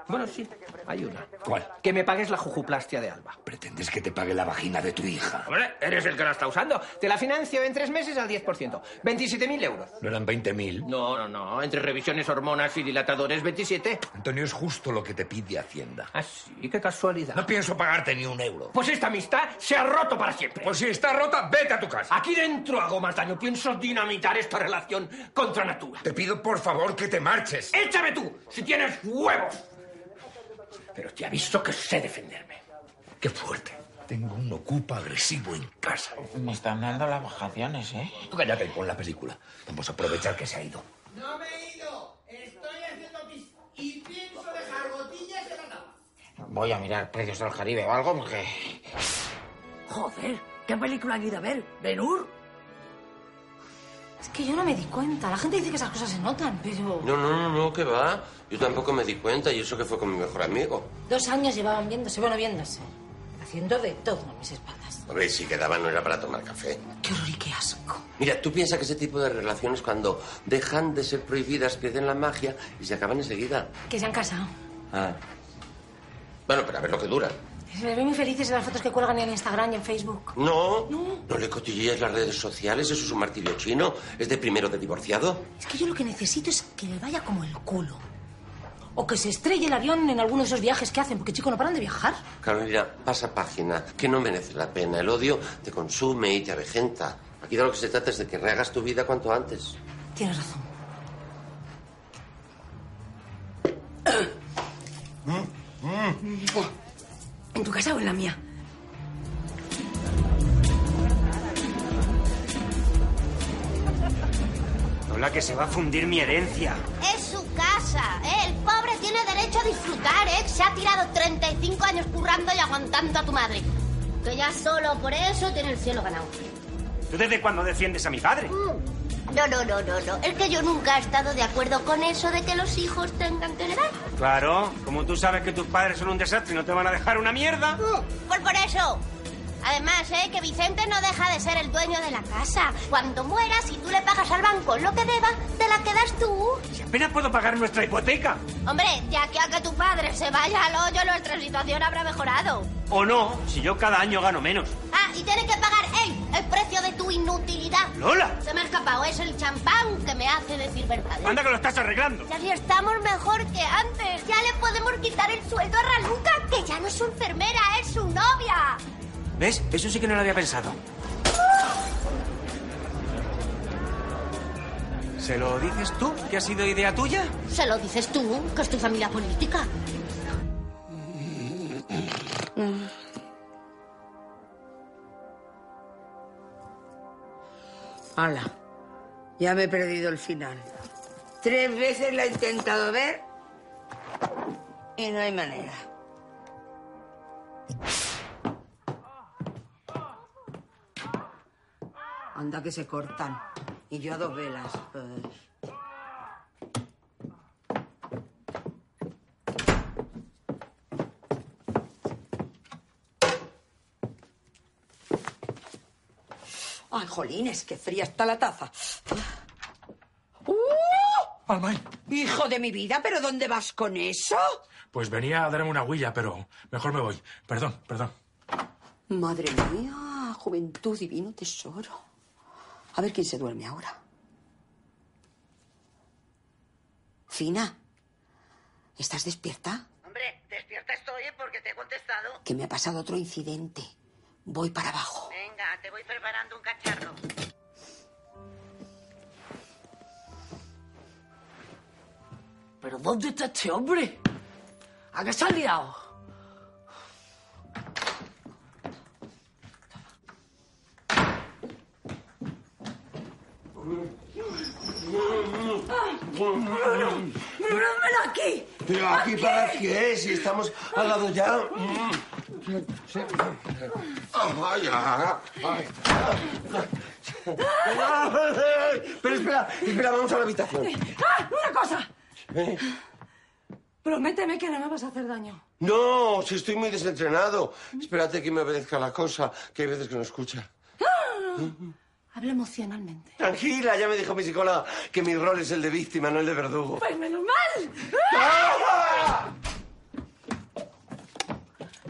Bueno, sí, hay una.
¿Cuál?
Que me pagues la jujuplastia de Alba.
¿Pretendes que te pague la vagina de tu hija?
Hombre, eres el que la está usando. Te la financio en tres meses al 10%. 27.000 euros.
¿No eran 20.000?
No, no, no. Entre revisiones, hormonas y dilatadores, 27.
Antonio, es justo lo que te pide Hacienda.
Ah, sí, qué casualidad.
No pienso pagarte ni un euro.
Pues esta amistad se ha roto para siempre.
Pues si está rota, vete a tu casa.
Aquí dentro hago más daño. Pienso dinamitar esta relación contra natura.
Te pido por favor que te marches.
¡Échame tú, si tienes huevos! Pero te aviso que sé defenderme.
¡Qué fuerte! Tengo un ocupa agresivo en casa.
Me están dando las vacaciones, ¿eh?
Tú cállate con la película. Vamos a aprovechar que se ha ido.
No me he ido. Estoy haciendo pis y pienso dejar botillas en la cama.
Voy a mirar precios del Caribe o algo porque...
Joder, ¿qué película han ido a ver? ¿Benur?
Es que yo no me di cuenta. La gente dice que esas cosas se notan, pero...
No, no, no, no, que va. Yo tampoco me di cuenta y eso que fue con mi mejor amigo.
Dos años llevaban viéndose, bueno, viéndose. Haciendo de todo a mis espaldas.
A ver, si quedaba no era para tomar café.
Qué horror y qué asco.
Mira, tú piensas que ese tipo de relaciones cuando dejan de ser prohibidas pierden la magia y se acaban enseguida.
Que se han casado.
Ah. Bueno, pero a ver lo que dura.
Se les ve muy felices en las fotos que cuelgan en Instagram y en Facebook.
No.
No.
No le cotillees las redes sociales, eso es un martirio chino. Es de primero de divorciado.
Es que yo lo que necesito es que le vaya como el culo. O que se estrelle el avión en alguno de esos viajes que hacen, porque chico, no paran de viajar.
Carolina, pasa página, que no merece la pena. El odio te consume y te avejenta. Aquí de lo que se trata es de que rehagas tu vida cuanto antes.
Tienes razón. ¿En tu casa o en la mía?
Hola, que se va a fundir mi herencia.
Es su casa. ¿eh? El pobre tiene derecho a disfrutar, ¿eh? Se ha tirado 35 años currando y aguantando a tu madre. Que ya solo por eso tiene el cielo ganado.
¿Tú desde cuándo defiendes a mi padre?
Mm. No, no, no, no, no. Es que yo nunca he estado de acuerdo con eso de que los hijos tengan que heredar.
Claro, como tú sabes que tus padres son un desastre y no te van a dejar una mierda.
Pues por eso. Además, ¿eh? Que Vicente no deja de ser el dueño de la casa. Cuando muera, si tú le pagas al banco lo que deba, te la quedas tú.
Si pues apenas puedo pagar nuestra hipoteca.
Hombre, de aquí a que tu padre se vaya al hoyo, nuestra situación habrá mejorado.
O no, si yo cada año gano menos.
Ah, y tiene que pagar él el precio de tu inutilidad.
¡Lola!
Se me ha escapado, es el champán que me hace decir verdades.
Anda que lo estás arreglando.
Ya sí estamos mejor que antes. Ya le podemos quitar el sueldo a Raluca, que ya no es su enfermera, es su novia.
¿Ves? Eso sí que no lo había pensado. ¿Se lo dices tú? ¿Que ha sido idea tuya?
Se lo dices tú, que es tu familia política.
Hala, ya me he perdido el final. Tres veces la he intentado ver y no hay manera. Anda que se cortan. Y yo a dos velas. Ay.
Ay, jolines, qué fría está la taza. ¡Uh! Hijo de mi vida, ¿pero dónde vas con eso?
Pues venía a darme una huilla, pero mejor me voy. Perdón, perdón.
Madre mía, juventud divino tesoro. A ver quién se duerme ahora. Fina, ¿estás despierta?
Hombre, despierta.
despierta estoy ¿eh? porque te he contestado.
Que me ha pasado otro incidente. Voy para abajo.
Venga, te voy preparando un cacharro.
¿Pero dónde está este hombre? ¿A qué se ha liado?
¡Bruno! ¡Bruno, ven aquí!
¿Pero aquí para qué? Si estamos al lado ya. Mm. Sí. Ay, ay, ay. Ay. Pero espera, espera, vamos a la habitación.
¡Ah! ¡Una cosa!
¿Eh?
Prométeme que no me vas a hacer daño.
No, si estoy muy desentrenado. Espérate que me obedezca la cosa, que hay veces que no escucha.
¡Ah!
Habla emocionalmente.
Tranquila, ya me dijo mi psicóloga que mi rol es el de víctima, no el de verdugo.
¡Pues menos mal!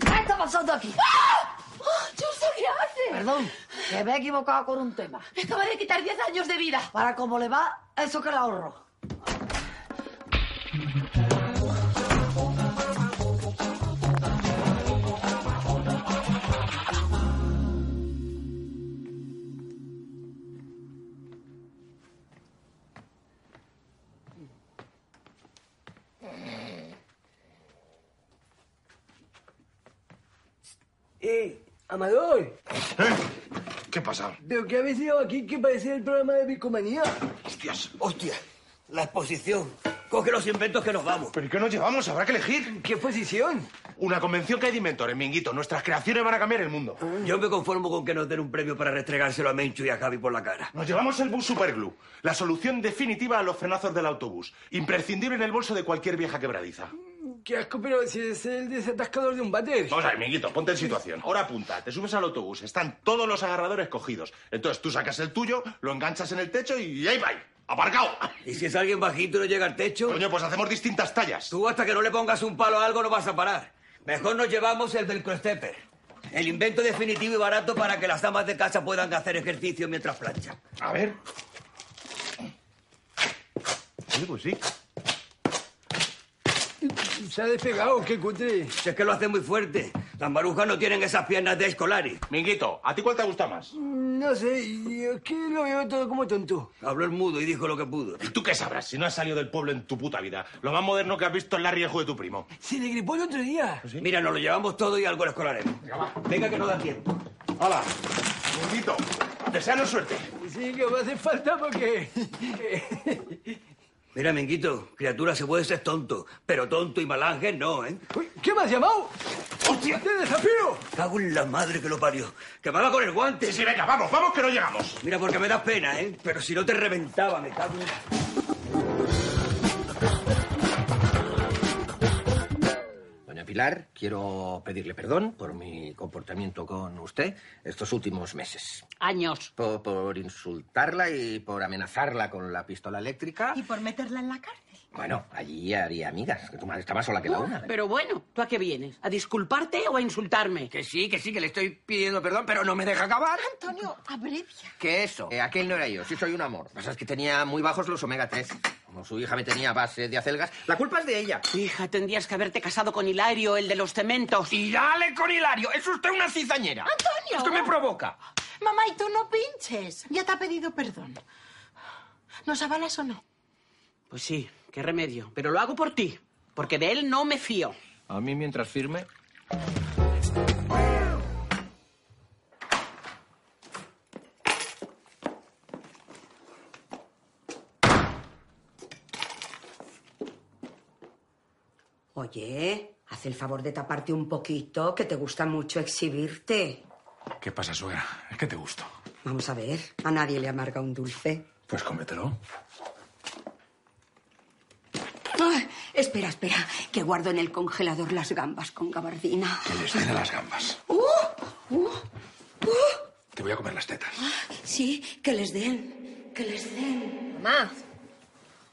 ¿Qué está pasando aquí?
¡Ah! ¡Justo, qué hace!
Perdón, que me he equivocado con un tema.
Me acaba de quitar 10 años de vida.
Para cómo le va, eso que le ahorro.
¡Eh! ¡Amador!
¿Qué pasa?
¿Pero qué habéis llegado aquí que parecía el programa de Bicomanía?
¡Hostias!
¡Hostia! La exposición. Coge los inventos que nos vamos.
¿Pero y qué nos llevamos? Habrá que elegir.
¿Qué exposición?
Una convención que hay de inventores, minguito. Nuestras creaciones van a cambiar el mundo.
Yo me conformo con que nos den un premio para restregárselo a Menchu y a Javi por la cara.
Nos llevamos el bus Superglue, la solución definitiva a los frenazos del autobús, imprescindible en el bolso de cualquier vieja quebradiza.
Qué asco, pero si es el desatascador de un váter.
Vamos a ver, minguito, ponte en situación. Ahora apunta, te subes al autobús, están todos los agarradores cogidos. Entonces tú sacas el tuyo, lo enganchas en el techo y ahí va. ¡Aparcado!
¿Y si es alguien bajito y no llega al techo?
Coño, pues hacemos distintas tallas.
Tú hasta que no le pongas un palo a algo no vas a parar. Mejor nos llevamos el del crostepper. El invento definitivo y barato para que las damas de casa puedan hacer ejercicio mientras planchan.
A ver. Sí, pues sí.
Se ha despegado, qué cutre. Si es que lo hace muy fuerte. Las marujas no tienen esas piernas de escolari.
Minguito, ¿a ti cuál te gusta más?
No sé, yo es que lo veo todo como tonto. Habló el mudo y dijo lo que pudo.
¿Y tú qué sabrás si no has salido del pueblo en tu puta vida? Lo más moderno que has visto es la riesgo de tu primo. Pues
Se le gripó el otro día. Mira, nos lo llevamos todo y algo lo escolaremos. Venga, que no da tiempo.
¡Hala! Minguito, deseanos suerte.
Sí, que me hace falta porque... Mira, Minguito, criatura, se puede ser tonto, pero tonto y malángel no, ¿eh? ¿Qué me has llamado? ¡Hostia! ¡Te desafío! Cago en la madre que lo parió. ¡Que me haga con el guante!
Sí, sí, venga, vamos, vamos que no llegamos.
Mira, porque me das pena, ¿eh? Pero si no te reventaba, me cago en...
Doña Pilar, quiero pedirle perdón por mi comportamiento con usted estos últimos meses.
Años.
Por, por insultarla y por amenazarla con la pistola eléctrica.
Y por meterla en la cárcel.
Bueno, allí haría amigas, que tu madre está más sola que la una.
Pero bueno, ¿tú a qué vienes? ¿A disculparte o a insultarme?
Que sí, que sí, que le estoy pidiendo perdón, pero no me deja acabar.
Antonio, abrevia.
Que eso, eh, aquel no era yo, sí soy un amor. Lo que pasa es que tenía muy bajos los omega 3. Como su hija me tenía a base de acelgas, la culpa es de ella.
Hija, tendrías que haberte casado con Hilario, el de los cementos. ¿Ah,
Y dale con Hilario, es usted una cizañera.
Antonio.
Esto me provoca.
Mamá, y tú no pinches. Ya te ha pedido perdón. ¿Nos avalas o no? Pues sí, qué remedio. Pero lo hago por ti, porque de él no me fío.
A mí mientras firme.
Oye, haz el favor de taparte un poquito, que te gusta mucho exhibirte.
¿Qué pasa, suegra? Es que te gusto.
Vamos a ver, a nadie le amarga un dulce.
Pues cómetelo.
Ay, espera, espera, que guardo en el congelador las gambas con gabardina.
Que les den a las gambas.
¡Uh! ¡Uh! ¡Uh!
Te voy a comer las tetas.
Sí, que les den, que les den.
Mamá.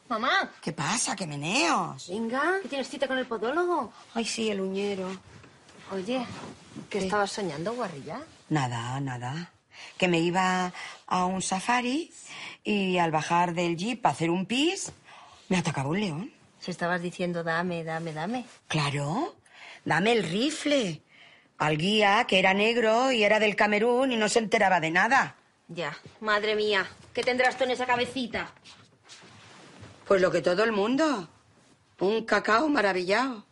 Mamá.
¿Qué pasa? ¿Qué meneos?
Venga. ¿Que tienes cita con el podólogo?
Ay, sí, el uñero.
Oye, ¿que estabas soñando, guarrilla?
Nada, nada. Que me iba a un safari y al bajar del jeep a hacer un pis, me atacaba un león.
Si estabas diciendo dame, dame, dame.
Claro. Dame el rifle. Al guía, que era negro y era del Camerún y no se enteraba de nada.
Ya, madre mía, ¿qué tendrás tú en esa cabecita?
Pues lo que todo el mundo. Un cacao maravillado.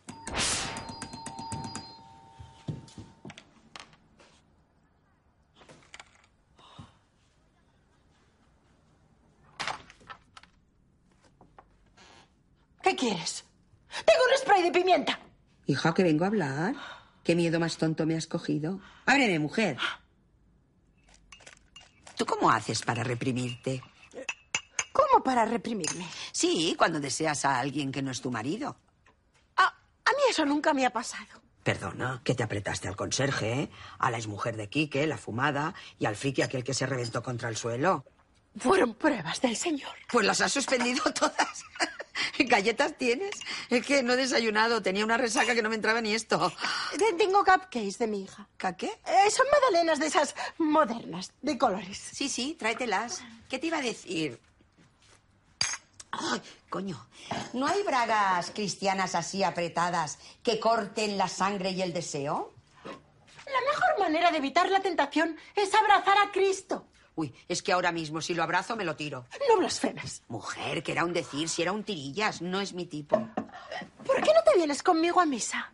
¿Qué quieres? Tengo un spray de pimienta.
Hija, que vengo a hablar. Qué miedo más tonto me has cogido. Ábreme, mujer. ¿Tú cómo haces para reprimirte?
¿Cómo para reprimirme?
Sí, cuando deseas a alguien que no es tu marido.
A mí eso nunca me ha pasado.
Perdona, que te apretaste al conserje, ¿eh? a la exmujer de Quique, la fumada, y al friki aquel que se reventó contra el suelo.
Fueron pruebas del señor.
Pues las has suspendido todas. ¿Galletas tienes? Es que no he desayunado, tenía una resaca que no me entraba ni esto.
Te- Tengo cupcakes de mi hija.
¿Qué?
Eh, son magdalenas de esas modernas, de colores.
Sí, sí, tráetelas. ¿Qué te iba a decir? Ay, coño. ¿No hay bragas cristianas así apretadas que corten la sangre y el deseo?
La mejor manera de evitar la tentación es abrazar a Cristo.
Uy, es que ahora mismo si lo abrazo me lo tiro.
No blasfemes.
Mujer, que era un decir, si era un tirillas, no es mi tipo.
¿Por qué no te vienes conmigo a misa?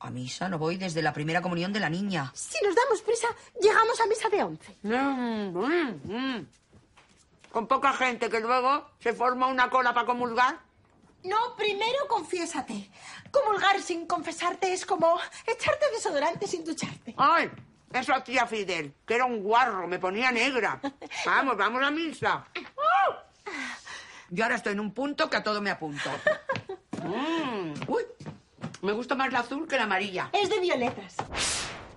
A misa no voy desde la primera comunión de la niña.
Si nos damos prisa, llegamos a misa de once.
Con poca gente que luego se forma una cola para comulgar.
No, primero confiésate. Comulgar sin confesarte es como echarte desodorante sin ducharte.
¡Ay! Eso hacía Fidel, que era un guarro, me ponía negra. Vamos, vamos a misa. Yo ahora estoy en un punto que a todo me apunto. Mm, uy, me gusta más la azul que la amarilla.
Es de violetas.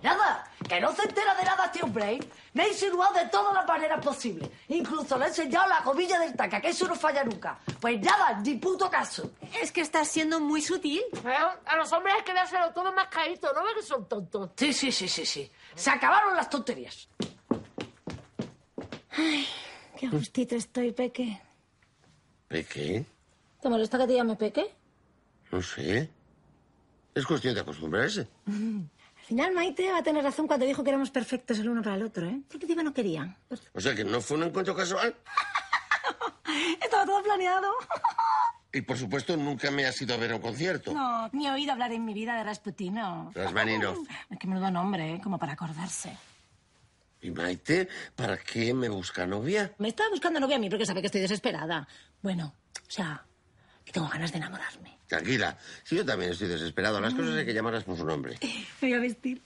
Nada, que no se entera de nada este hombre, ¿eh? Me ha insinuado de todas las maneras posibles. Incluso le he enseñado la comilla del taca, que eso no falla nunca. Pues nada, ni puto caso.
Es que estás siendo muy sutil.
¿Eh? a los hombres hay que dárselo todo más caído, ¿no ves que son tontos?
Sí, sí, sí, sí, sí. Se acabaron las tonterías.
Ay, qué gustito estoy, Peque.
¿De qué?
¿Te molesta que te llame Peque?
No sé. Es cuestión de acostumbrarse.
Al final Maite va a tener razón cuando dijo que éramos perfectos el uno para el otro, ¿eh? Porque digo no querían.
O sea que no fue un encuentro casual.
Estaba todo planeado.
Y por supuesto nunca me has ido a ver a un concierto.
No, ni he oído hablar en mi vida de Rasputino.
Rasmaninov.
Es que menudo nombre, ¿eh? Como para acordarse.
¿Y Maite? ¿Para qué me busca novia?
Me estaba buscando novia a mí porque sabe que estoy desesperada. Bueno, o sea, que tengo ganas de enamorarme.
Tranquila, si yo también estoy desesperado, las cosas hay que llamarlas por su nombre.
Me voy a vestir.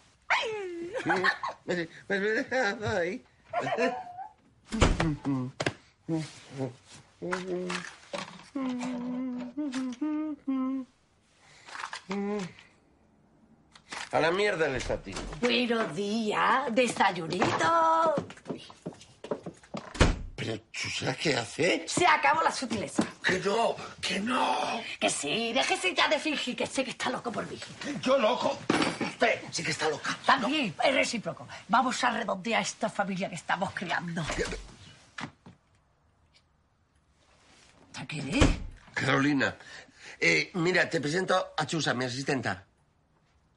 Ay.
Mm,
A la mierda el estativo.
Buenos días, desayunito.
Pero, Chusa, ¿qué hace?
Se acabó la sutileza.
¿Eh? Que no, que no.
Que sí, déjese ya de fingir que sé que está loco por mí.
Yo loco. Usted sí que está loca.
También es recíproco. Vamos a redondear esta familia que estamos creando. ¿Está qué?
Carolina, eh, mira, te presento a Chusa, mi asistenta.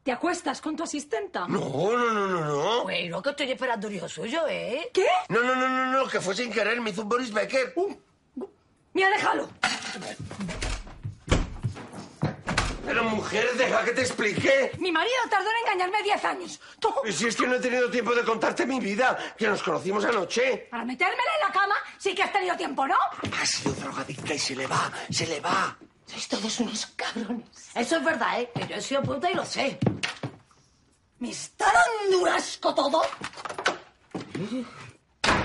¿Te acuestas con tu asistenta?
No, Oh, no, no, no, no.
Bueno, que estoy esperando un hijo suyo, ¿eh?
¿Qué?
No, no, no, no, no, que fue sin querer, me hizo un Boris Becker. ¡Pum!
¡Mira, déjalo!
Pero mujer, deja que te explique.
Mi marido tardó en engañarme 10 años. Tú,
Y si es que no he tenido tiempo de contarte mi vida, que nos conocimos anoche.
para metérmela en la cama, sí que has tenido tiempo, ¿no?
Ha sido drogadicta y se le va, se le va.
Sois todos unos cabrones. Eso es verdad, ¿eh? Que yo he sido puta y lo sé.
¿Me está dando un asco todo?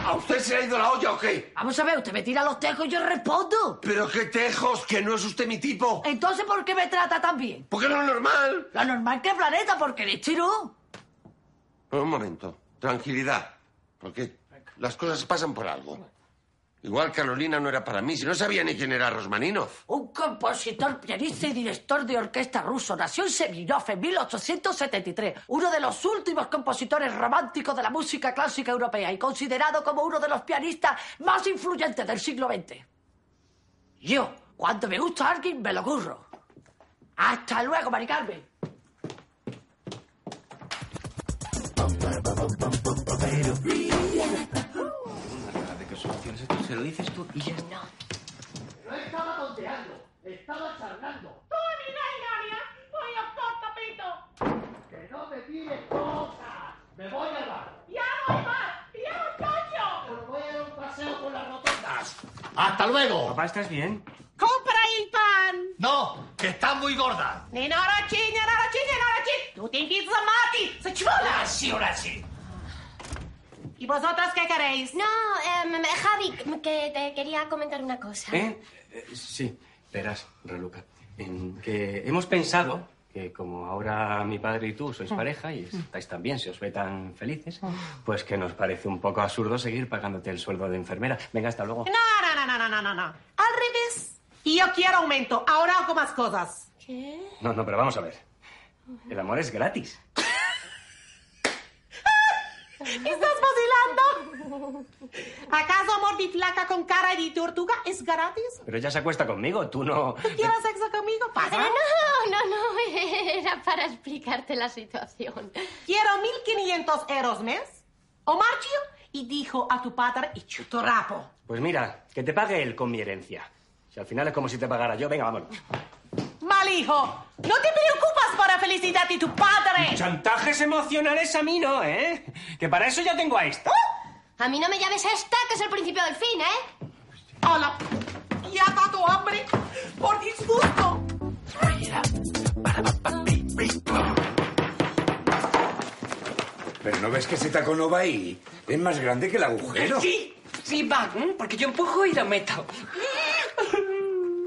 ¿A usted se le ha ido la olla o qué?
Vamos a ver, usted me tira los tejos y yo respondo.
Pero qué tejos, que no es usted mi tipo.
Entonces, ¿por qué me trata tan bien?
Porque no es normal.
Lo normal que el planeta, porque le tiro.
Pero un momento, tranquilidad. Porque las cosas pasan por algo. Igual Carolina no era para mí, si no sabía ni quién era Rosmaninov.
Un compositor, pianista y director de orquesta ruso nació en Seminov en 1873, uno de los últimos compositores románticos de la música clásica europea y considerado como uno de los pianistas más influyentes del siglo XX. Yo, cuando me gusta alguien, me lo curro. Hasta luego, Mari Carmen.
¿De qué soluciones esto? Se lo dices tú y ya está.
No estaba tonteando, estaba charlando. ¡Tú, mi reina, ¡Voy a corta, pito! ¡Que no me tires cosas! ¡Me voy al bar! ¡Ya voy al bar! ¡Ya un cacho! ¡Pero voy a dar un paseo por las rotondas!
¡Hasta luego!
Papá, ¿estás bien?
¡Compra el pan!
¡No! ¡Que está muy gorda!
¡Ni narachi, ni narachi, ni narachi! ¡Tú te invitas a Mati! ¡Se chula!
Así, ahora sí.
¿Y vosotras qué queréis?
No, em, Javi, que te quería comentar una cosa.
¿Eh? Eh, Sí, verás, Reluca. En que hemos pensado que como ahora mi padre y tú sois pareja y estáis tan bien, se os ve tan felices, pues que nos parece un poco absurdo seguir pagándote el sueldo de enfermera. Venga, hasta luego.
Eh.
No, no, no, no, no, no, no, no. Al revés. Y yo quiero aumento. Ahora hago más cosas. ¿Qué?
No, no, pero vamos a ver. El amor es gratis.
¿Estás vacilando? ¿Acaso amor de flaca con cara de tortuga es gratis?
Pero ya se acuesta conmigo, tú no...
¿Tú quieres sexo conmigo?
Pero
Pasa.
Eh, no, no, no, era para explicarte la situación.
Quiero 1.500 euros mes. O marchio y dijo a tu padre y chuto rapo.
Pues mira, que te pague él con mi herencia. Si al final es como si te pagara yo, venga, vámonos.
Mal hijo, no te preocupas por la felicidad de tu padre.
Chantajes emocionales a mí no, ¿eh? Que para eso ya tengo a esta.
A mí no me llames esta, que es el principio del fin, ¿eh?
Hola, ya está tu hambre por disgusto.
Pero no ves que ese taco no va ahí. Es más grande que el agujero.
Sí, sí, va, ¿m? porque yo empujo y lo meto.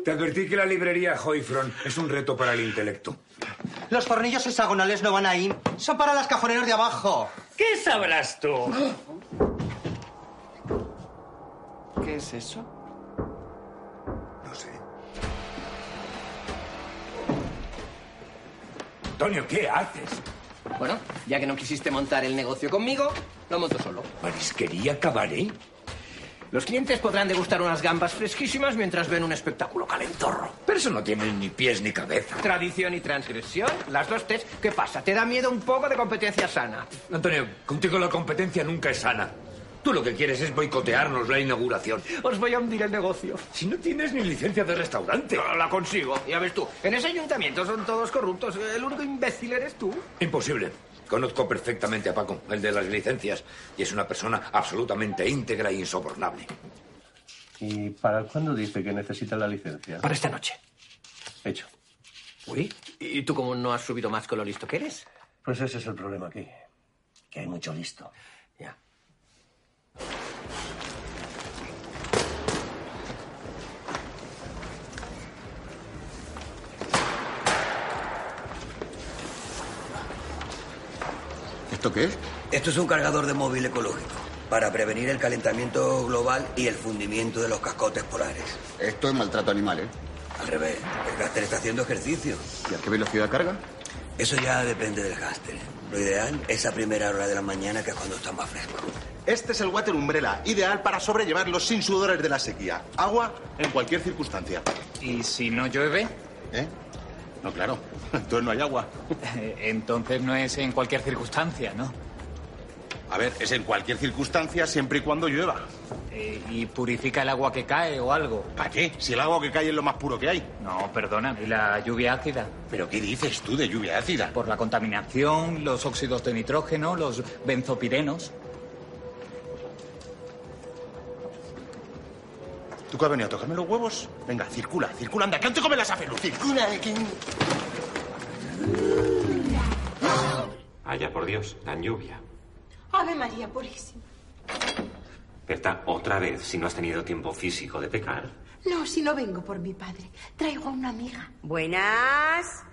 Te advertí que la librería Hoyfron es un reto para el intelecto.
Los tornillos hexagonales no van ahí. Son para las cajoneras de abajo.
¿Qué sabrás tú?
¿Qué es eso?
No sé. Antonio, ¿qué haces?
Bueno, ya que no quisiste montar el negocio conmigo, lo monto solo.
Marisquería cabaré.
Los clientes podrán degustar unas gambas fresquísimas mientras ven un espectáculo calentorro.
Pero eso no tiene ni pies ni cabeza.
Tradición y transgresión, las dos tres. ¿Qué pasa? ¿Te da miedo un poco de competencia sana?
Antonio, contigo la competencia nunca es sana. Tú lo que quieres es boicotearnos la inauguración.
Os voy a hundir el negocio.
Si no tienes ni licencia de restaurante.
No la consigo. Ya ves tú, en ese ayuntamiento son todos corruptos. El único imbécil eres tú.
Imposible. Conozco perfectamente a Paco, el de las licencias, y es una persona absolutamente íntegra e insobornable.
¿Y para cuándo dice que necesita la licencia?
Para esta noche.
Hecho.
Uy, ¿y tú cómo no has subido más con lo listo que eres?
Pues ese es el problema aquí. Que hay mucho listo.
Ya.
¿Esto qué es?
Esto es un cargador de móvil ecológico para prevenir el calentamiento global y el fundimiento de los cascotes polares.
Esto es maltrato animal, ¿eh?
Al revés, el Gaster está haciendo ejercicio.
¿Y a qué velocidad carga?
Eso ya depende del Gaster. Lo ideal es a primera hora de la mañana, que es cuando está más fresco.
Este es el water umbrella, ideal para sobrellevar los sinsudores de la sequía. Agua en cualquier circunstancia.
¿Y si no llueve?
¿Eh? No, claro. Entonces no hay agua.
Eh, Entonces no es en cualquier circunstancia, ¿no?
A ver, es en cualquier circunstancia siempre y cuando llueva.
Eh, ¿Y purifica el agua que cae o algo?
¿Para qué? Si el agua que cae es lo más puro que hay.
No, perdona, ¿y la lluvia ácida?
¿Pero qué dices tú de lluvia ácida?
Por la contaminación, los óxidos de nitrógeno, los benzopirenos.
¿Tú qué has venido a tocarme los huevos? Venga, circula, circula, anda, que antes come las aferus. Circula, que...
Vaya por Dios, tan lluvia.
Ave María Purísima.
Berta, otra vez, si no has tenido tiempo físico de pecar.
No, si no vengo por mi padre. Traigo a una amiga.
Buenas.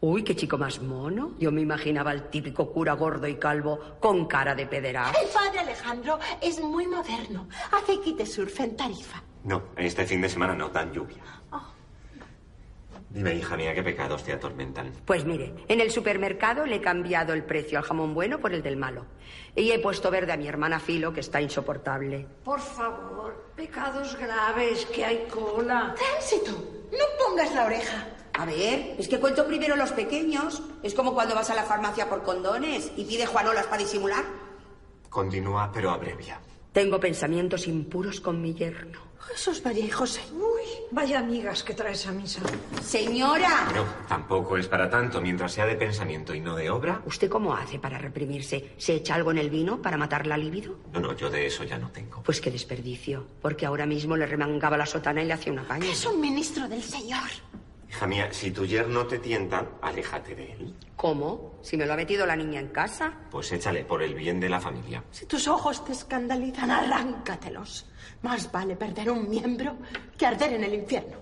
Uy, qué chico más mono. Yo me imaginaba al típico cura gordo y calvo con cara de
Ah.
pedera.
El padre Alejandro es muy moderno. Hace quite surf en Tarifa.
No, este fin de semana no, tan lluvia.
Oh.
Dime, hija mía, qué pecados te atormentan.
Pues mire, en el supermercado le he cambiado el precio al jamón bueno por el del malo. Y he puesto verde a mi hermana Filo, que está insoportable.
Por favor, pecados graves, que hay cola. Tránsito, no pongas la oreja.
A ver, es que cuento primero los pequeños. Es como cuando vas a la farmacia por condones y pide Juanolas para disimular.
Continúa, pero abrevia.
Tengo pensamientos impuros con mi yerno.
Jesús María y José. Uy, vaya amigas que traes a misa.
Señora.
Pero tampoco es para tanto. Mientras sea de pensamiento y no de obra.
¿Usted cómo hace para reprimirse? ¿Se echa algo en el vino para matar la libido?
No, no, yo de eso ya no tengo.
Pues qué desperdicio, porque ahora mismo le remangaba la sotana y le hacía una caña.
Es un ministro del Señor.
Hija mía, si tu yerno te tienta, aléjate de él.
¿Cómo? Si me lo ha metido la niña en casa.
Pues échale por el bien de la familia.
Si tus ojos te escandalizan, arráncatelos. Más vale perder un miembro que arder en el infierno.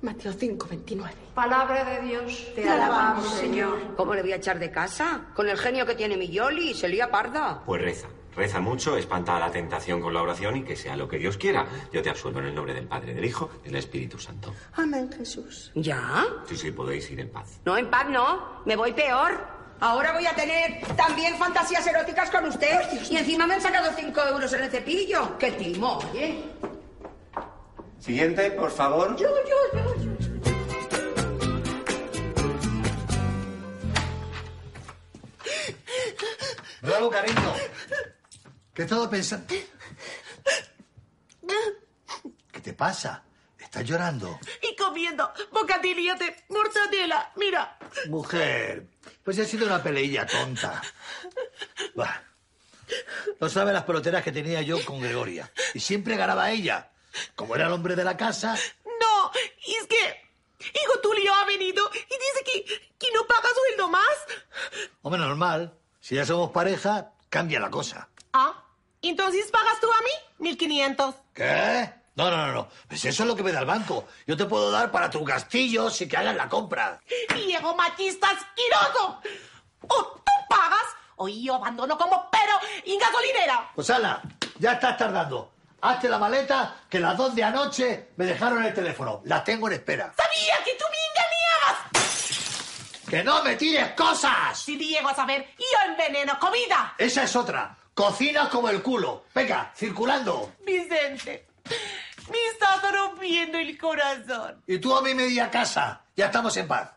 Mateo 5, 29.
Palabra de Dios.
Te alabamos, Señor.
¿Cómo le voy a echar de casa? Con el genio que tiene mi Yoli, se lía parda.
Pues reza. Reza mucho, espanta a la tentación con la oración y que sea lo que Dios quiera. Yo te absuelvo en el nombre del Padre, del Hijo y del Espíritu Santo.
Amén, Jesús.
¿Ya?
Sí, sí, podéis ir en paz.
No, en paz no. Me voy peor.
Ahora voy a tener también fantasías eróticas con usted. Y encima me han sacado cinco euros en el cepillo. ¡Qué timo, oye!
Siguiente, por favor.
Yo, yo, yo, yo.
Bravo, cariño.
¿Qué estaba pensando? ¿Qué te pasa? ¿Estás llorando?
Y comiendo bocadillo de mortadela. Mira,
Mujer, pues ha sido una peleilla tonta. Bah, no sabe las peloteras que tenía yo con Gregoria. Y siempre ganaba ella. Como era el hombre de la casa,
no, es que... Hijo Tulio ha venido y dice que, que no paga sueldo más.
hombre normal. Si ya somos pareja, cambia la cosa.
Ah, entonces pagas tú a mí 1.500.
¿Qué? No, no, no, no. Pues eso es lo que me da el banco. Yo te puedo dar para tus gastillos y que hagas la compra.
Viejo machista asqueroso. O tú pagas o yo abandono como perro en gasolinera.
Pues ala, ya estás tardando. Hazte la maleta, que las dos de anoche me dejaron el teléfono. La tengo en espera.
Sabía que tú me engañabas.
¡Que no me tires cosas!
Si llego a saber, yo enveneno comida.
Esa es otra. Cocinas como el culo. Venga, circulando.
Vicente, me estás rompiendo el corazón.
Y tú a mi media casa. Ya estamos en paz.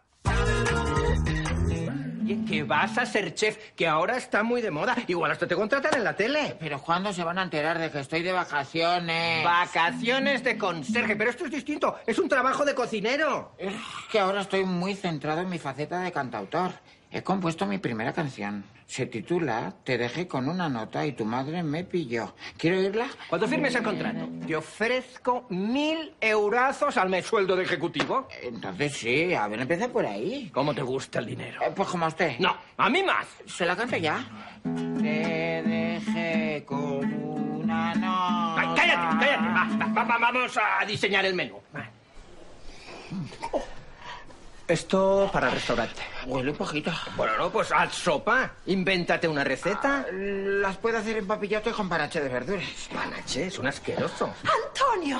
Oye, que vas a ser chef, que ahora está muy de moda. Igual hasta te contratan en la tele.
Pero ¿cuándo se van a enterar de que estoy de vacaciones?
Vacaciones de conserje, pero esto es distinto. Es un trabajo de cocinero.
Es que ahora estoy muy centrado en mi faceta de cantautor. He compuesto mi primera canción. Se titula Te dejé con una nota y tu madre me pilló. ¿Quiero oírla?
Cuando firmes el contrato, te ofrezco mil eurazos al mes sueldo de ejecutivo.
Entonces sí, a ver, empieza por ahí.
¿Cómo te gusta el dinero?
Eh, Pues como a usted.
No, a mí más.
Se la canto ya. Te dejé con una nota.
Ay, cállate, cállate. Basta. Va- va- vamos a diseñar el menú. Esto para el restaurante.
Huele un poquito.
Bueno, no, pues haz sopa. Invéntate una receta.
Las puedo hacer en papillato y con panache de verduras.
Panache, es un asqueroso.
Antonio,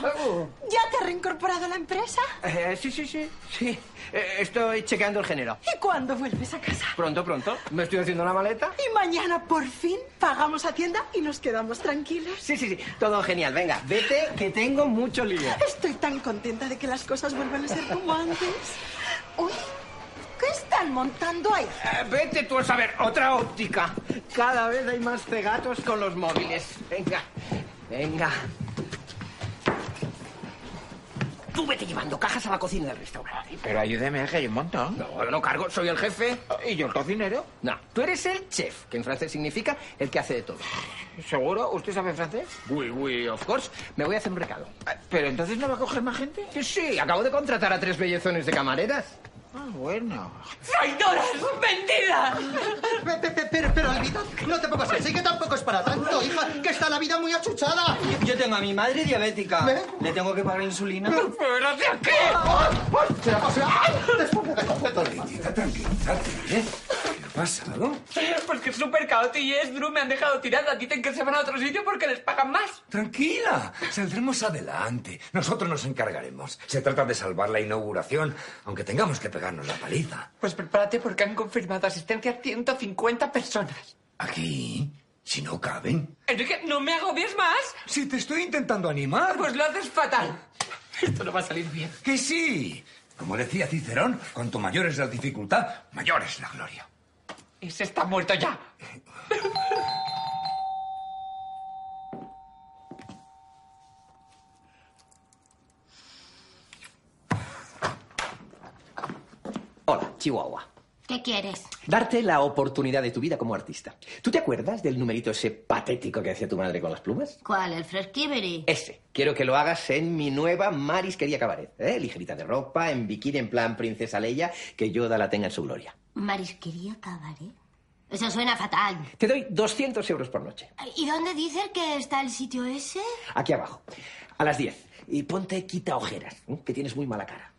¿ya te has reincorporado a la empresa?
Oh, Eh, sí, sí, sí, sí. Eh, estoy chequeando el género.
¿Y cuándo vuelves a casa?
Pronto, pronto. ¿Me estoy haciendo una maleta?
Y mañana por fin pagamos a tienda y nos quedamos tranquilos.
Sí, sí, sí. Todo genial. Venga, vete, que tengo mucho lío.
Estoy tan contenta de que las cosas vuelvan a ser como antes. Uy, ¿qué están montando ahí?
Eh, vete tú a saber, otra óptica. Cada vez hay más cegatos con los móviles. Venga, venga. Tú vete llevando cajas a la cocina del restaurante.
Pero ayúdeme, que hay un montón.
No, yo no cargo, soy el jefe.
¿Y yo el cocinero?
No, tú eres el chef, que en francés significa el que hace de todo.
¿Seguro? ¿Usted sabe francés?
Oui, oui, of course. Me voy a hacer un recado.
Ah, Pero entonces no va a coger más gente.
Sí, sí, acabo de contratar a tres bellezones de camareras.
Ah, bueno.
¡Traidoras! ¡Mentiras!
Pe- pe- pe- Pero, pero, olvidad, no te pongas así, que tampoco es para tanto, hija, que está la vida muy achuchada.
Yo tengo a mi madre diabética.
¿Eh?
Le tengo que pagar insulina.
¿Pero hacia qué?
Se la pasé. ¡Ay! Después me dejó todo el día.
¿Qué ha pasado?
Pues que es súper caoti es, Drew. Me han dejado tirada. Dicen que se van a otro sitio porque les pagan más.
Tranquila, saldremos adelante. Nosotros nos encargaremos. Se trata de salvar la inauguración, aunque tengamos que pegarnos la paliza.
Pues prepárate porque han confirmado asistencia 150 personas.
Aquí, si no caben.
Enrique, no me agobies más.
Si te estoy intentando animar.
Pues lo haces fatal. Esto no va a salir bien.
Que sí. Como decía Cicerón, cuanto mayor es la dificultad, mayor es la gloria.
Ese está muerto ya.
Hola, Chihuahua.
¿Qué quieres?
Darte la oportunidad
de tu vida como artista. ¿Tú te acuerdas del numerito ese patético que hacía tu madre con las plumas?
¿Cuál? ¿El Fresquiberi?
Ese. Quiero que lo hagas en mi nueva Marisquería Cabaret. ¿eh? Ligerita de ropa, en bikini, en plan princesa Leia, que Yoda la tenga en su gloria.
Marisquería Cabaret. Eso suena fatal.
Te doy 200 euros por noche.
¿Y dónde dices que está el sitio ese?
Aquí abajo. A las 10. Y ponte quita ojeras, ¿eh? que tienes muy mala cara.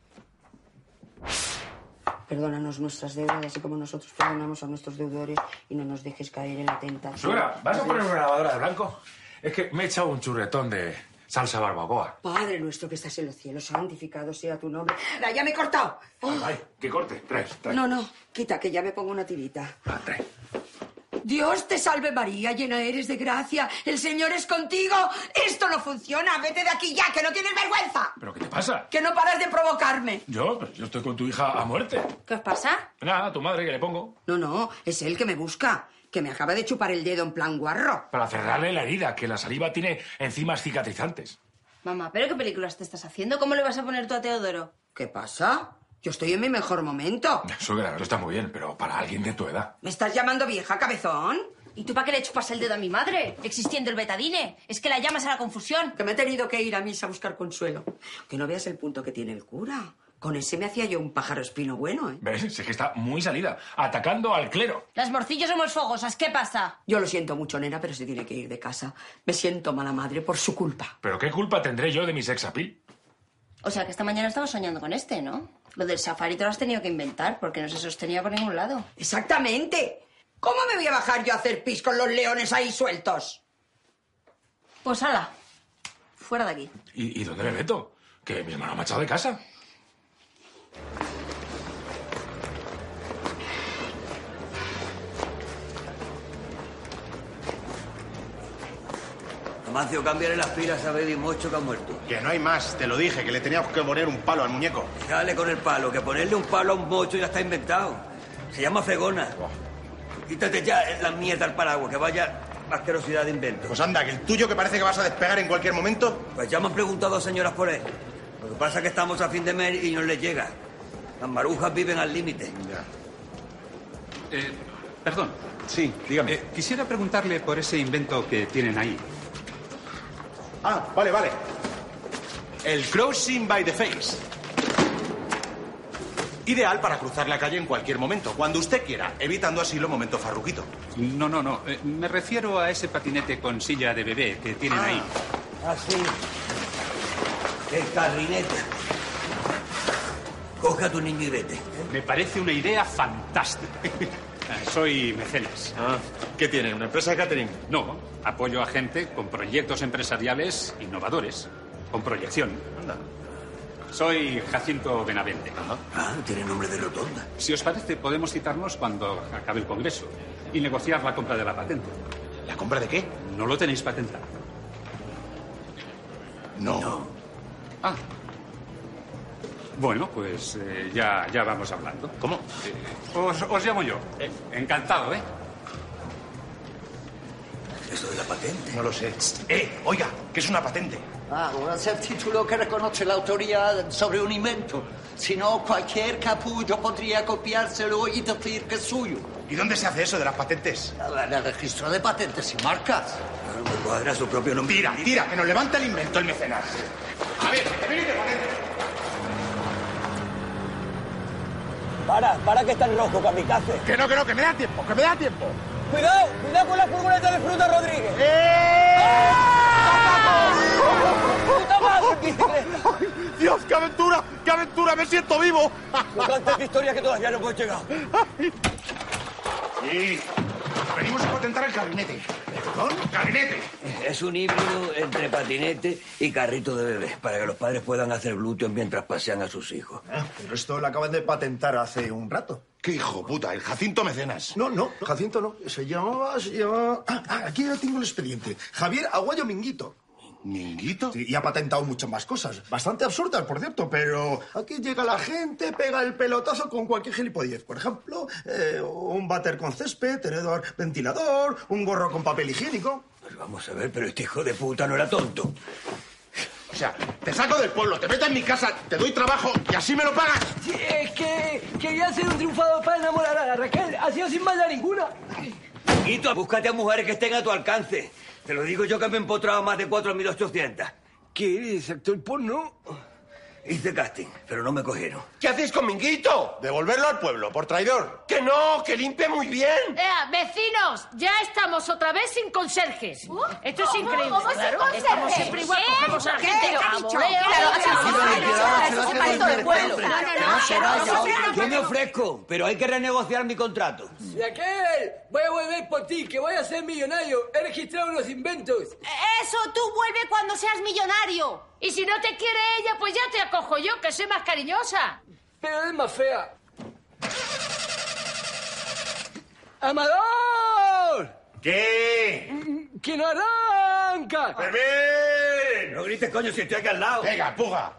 Perdónanos nuestras deudas, así como nosotros perdonamos a nuestros deudores y no nos dejes caer en la tentación.
Suegra, ¿vas a poner una lavadora de blanco? Es que me he echado un churretón de salsa barbacoa.
Padre nuestro que estás en los cielos, santificado sea tu nombre. ¡La, ya me he cortado! Oh.
Ay, que corte. Tres, tres.
No, no, quita, que ya me pongo una tirita.
Ah,
Dios te salve María, llena eres de gracia. El Señor es contigo. Esto no funciona. Vete de aquí ya, que no tienes vergüenza.
¿Pero qué te pasa?
Que no paras de provocarme.
Yo, pues, yo estoy con tu hija a muerte.
¿Qué os pasa?
Nada, a tu madre que le pongo.
No, no, es él que me busca, que me acaba de chupar el dedo en plan guarro.
Para cerrarle la herida, que la saliva tiene enzimas cicatrizantes.
Mamá, ¿pero qué películas te estás haciendo? ¿Cómo le vas a poner tú a Teodoro? ¿Qué pasa? Yo estoy en mi mejor momento.
Suegra, no está muy bien, pero para alguien de tu edad.
¿Me estás llamando vieja, cabezón?
¿Y tú para qué le chupas el dedo a mi madre? Existiendo el betadine. Es que la llamas a la confusión.
Que me he tenido que ir a misa a buscar consuelo. Que no veas el punto que tiene el cura. Con ese me hacía yo un pájaro espino bueno, ¿eh?
¿Ves? Es que está muy salida, atacando al clero.
Las morcillas somos fogosas. ¿Qué pasa?
Yo lo siento mucho, nena, pero se tiene que ir de casa. Me siento mala madre por su culpa.
¿Pero qué culpa tendré yo de mi sexapil?
O sea, que esta mañana estaba soñando con este, ¿no? Lo del safari te lo has tenido que inventar porque no se sostenía por ningún lado.
Exactamente. ¿Cómo me voy a bajar yo a hacer pis con los leones ahí sueltos?
Pues ala, fuera de aquí.
¿Y, y dónde me meto? Que mi hermano me ha echado de casa.
Amancio, cámbiale las pilas a Baby Mocho que ha muerto.
Que no hay más, te lo dije, que le teníamos que poner un palo al muñeco.
Dale con el palo, que ponerle un palo a un mocho ya está inventado. Se llama fegona. Quítate ya la mierda al paraguas, que vaya asquerosidad de invento.
Pues anda, que el tuyo que parece que vas a despegar en cualquier momento.
Pues ya me han preguntado señoras por él. Lo que pasa es que estamos a fin de mes y no les llega. Las marujas viven al límite.
Eh, perdón. Sí, dígame. quisiera preguntarle por ese invento que tienen ahí.
Ah, vale, vale. El crossing by the face. Ideal para cruzar la calle en cualquier momento, cuando usted quiera, evitando así los momentos farruquito.
No, no, no. eh, me refiero a ese patinete con silla de bebé que tienen ahí.
Ah,
Así. El carrinete. Coge a tu niño y vete.
Me parece una idea fantástica. Ah, Soy mecenas.
Ah, ¿Qué tienen? ¿Una empresa de catering?
No, apoyo a gente con proyectos empresariales innovadores, con proyección. Soy Jacinto Benavente.
Ah, tiene nombre de rotonda.
Si os parece, podemos citarnos cuando acabe el Congreso y negociar la compra de la patente.
¿La compra de qué?
No lo tenéis patentado.
No.
Ah. Bueno, pues eh, ya, ya vamos hablando.
¿Cómo?
os, os llamo yo. Eh, encantado, ¿eh?
¿Eso de la patente?
No lo sé. Eh, oiga, que es una patente.
Ah, un título que reconoce la autoría sobre un invento. Si no, cualquier capullo podría copiárselo y decir que es suyo.
¿Y dónde se hace eso de las patentes?
En el registro de patentes y marcas.
Cuadra su propio nombre.
Tira, tira, que nos levanta el invento el mecenas. A ver, venid de patente.
Para, para que está en rojo, kamikaze.
Que no, que no, que me da tiempo, que me da tiempo.
Cuidado, cuidado con la furgoneta de fruta, Rodríguez.
¡Eh!
¡Puta madre!
¡Dios, qué aventura! ¡Qué aventura! ¡Me siento vivo!
No cantes historias que todavía no hemos llegado.
Sí. Venimos a patentar el carrinete. ¿Perdón? ¡Carrinete!
Eh, Es un híbrido entre patinete y carrito de bebé, para que los padres puedan hacer glúteos mientras pasean a sus hijos.
Ah,
Pero esto lo acaban de patentar hace un rato.
¿Qué hijo puta? El Jacinto Mecenas.
No, no, Jacinto no. Se llamaba, se llamaba... Ah, ah, aquí yo tengo el expediente. Javier Aguayo Minguito.
¿Minguito?
Sí, y ha patentado muchas más cosas. Bastante absurdas, por cierto, pero aquí llega la gente, pega el pelotazo con cualquier gilipollez. Por ejemplo, eh, un váter con césped, heredor ventilador, un gorro con papel higiénico.
Pues vamos a ver, pero este hijo de puta no era tonto.
O sea, te saco del pueblo, te meto en mi casa, te doy trabajo y así me lo pagas.
Es que quería ser un triunfado para enamorar a la Raquel. Ha sido sin maldad ninguna.
Minguito, búscate a mujeres que estén a tu alcance. Te lo digo yo que me he empotrado a más de 4.800. ¿Qué eres, actor porno? Hice casting, pero no me cogieron.
¿Qué hacéis con Minguito? Devolverlo al pueblo, por traidor. Que no, que limpie muy bien.
¡Ea, Eh, vecinos! Ya estamos otra vez sin conserjes. Esto es
¿Cómo?
increíble.
¿Cómo sin
Claro,
conserjes?
Estamos siempre igual,
¿Qué?
cogemos a la
¿Qué?
gente
¿Qué ha
a
dicho?
voleo,
Claro,
a
se lo hace
voleo,
así,
a
se lo hace
voleo,
así,
a voleo.
se lo hace así. No, no, no, no, no, no, no,
Yo me ofrezco, pero hay que renegociar mi contrato.
Raquel, voy a volver por ti, que voy a ser millonario. He registrado unos inventos.
Eso, tú vuelve cuando seas millonario.
Y si no te quiere ella, pues ya te acojo yo, que soy más cariñosa.
Pero es más fea. ¡Amador!
¿Qué?
¡Que no arranca!
¡Fermín!
No grites, coño, si estoy aquí al lado.
Venga, puga.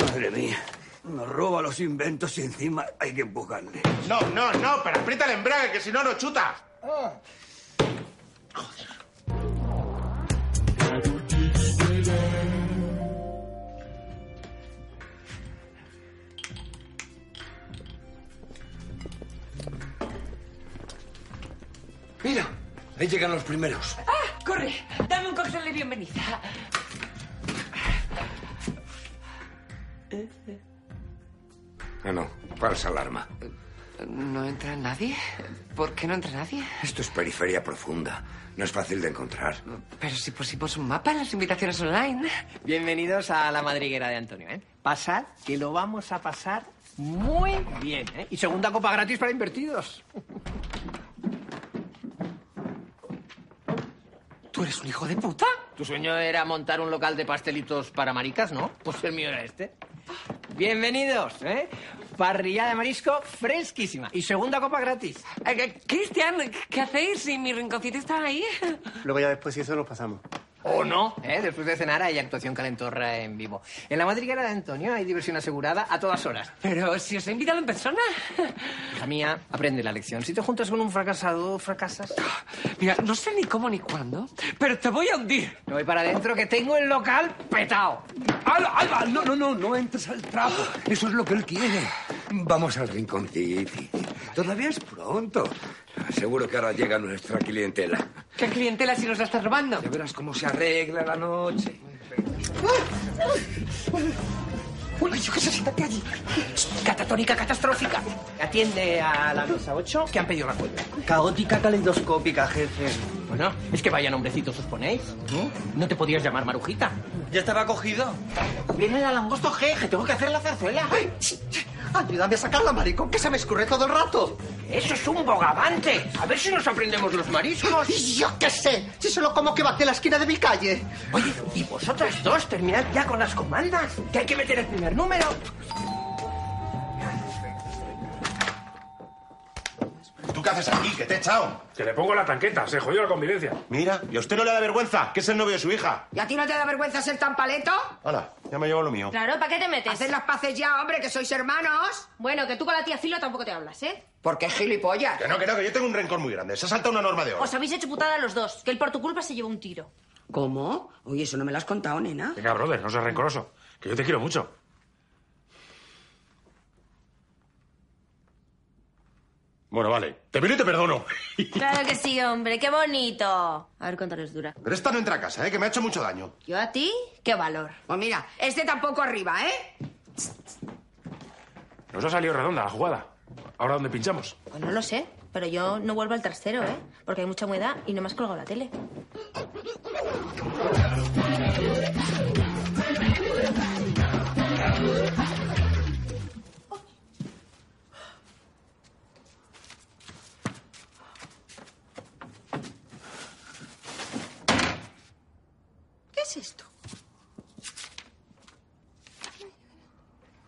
Madre mía, nos roba los inventos y encima hay que empujarle.
No, no, no, pero aprieta el embrague, que si no, no chuta.
Mira, ahí llegan los primeros.
Ah,
Corre, dame un cóctel de bienvenida.
No, no, falsa alarma.
¿No entra nadie? ¿Por qué no entra nadie?
Esto es periferia profunda. No es fácil de encontrar.
Pero si pusimos un mapa en las invitaciones online. Bienvenidos a la madriguera de Antonio, ¿eh? Pasad, que lo vamos a pasar muy bien, ¿eh? Y segunda copa gratis para invertidos.
¿Tú eres un hijo de puta?
Tu sueño era montar un local de pastelitos para maricas, ¿no? Pues el mío era este. Bienvenidos, ¿eh? Parrilla de marisco fresquísima y segunda copa gratis. Eh, Cristian, ¿qué hacéis si mi rinconcito está ahí?
Luego ya después si eso nos pasamos. Oh,
O no, ¿eh? después de cenar hay actuación calentorra en vivo. En la madriguera de Antonio hay diversión asegurada a todas horas. Pero si os he invitado en persona. Hija mía, aprende la lección. Si te juntas con un fracasado, fracasas.
Mira, no sé ni cómo ni cuándo, pero te voy a hundir.
Me voy para adentro que tengo el local petado.
¡Alba, Alba! No, no, no, no entres al trapo. Eso es lo que él quiere. Vamos al rinconcito. Todavía es pronto. Seguro que ahora llega nuestra clientela.
¿Qué clientela si nos la estás robando?
Ya verás cómo se arregla la noche.
Uy, yo qué sé, siéntate allí. Catatónica catastrófica. Atiende a la mesa 8 que han pedido la cuenta.
Caótica caleidoscópica, jefe.
Bueno, es que vaya nombrecitos os ponéis. ¿eh? No te podías llamar Marujita.
Ya estaba cogido.
Viene la langosta G, que tengo que hacer la zarzuela.
Ay, ch, ch, ayúdame a sacarla, maricón, que se me escurre todo el rato.
Eso es un bogavante. A ver si nos aprendemos los mariscos.
Yo qué sé, si solo como que bate la esquina de mi calle.
Oye, y vosotras dos, terminad ya con las comandas, que hay que meter el primer número.
¿Tú qué haces aquí? Que te he echado.
Que le pongo la tanqueta, se jodió la convivencia.
Mira, y a usted no le da vergüenza, que es el novio de su hija.
¿Y a ti no te da vergüenza ser tan paleto?
Hola, ya me llevo lo mío.
Claro, ¿para qué te metes?
Haced las paces ya, hombre, que sois hermanos.
Bueno, que tú con la tía Filo tampoco te hablas, ¿eh?
¿Por qué gilipollas?
Que no, que no, que yo tengo un rencor muy grande. Se ha saltado una norma de oro.
Os habéis hecho putada los dos, que él por tu culpa se llevó un tiro.
¿Cómo? Oye, eso no me lo has contado, nena.
Venga, brother, no seas rencoroso. Que yo te quiero mucho.
Bueno, vale. Te pido y te perdono.
Claro que sí, hombre, qué bonito. A ver cuánto les dura.
Pero esta no entra a casa, ¿eh? que me ha hecho mucho daño.
¿Yo a ti? Qué valor.
Pues mira, este tampoco arriba, ¿eh?
Nos ha salido redonda la jugada. Ahora, ¿dónde pinchamos?
Pues no lo sé, pero yo no vuelvo al trasero, ¿eh? Porque hay mucha humedad y no me has colgado la tele.
¿Qué es esto?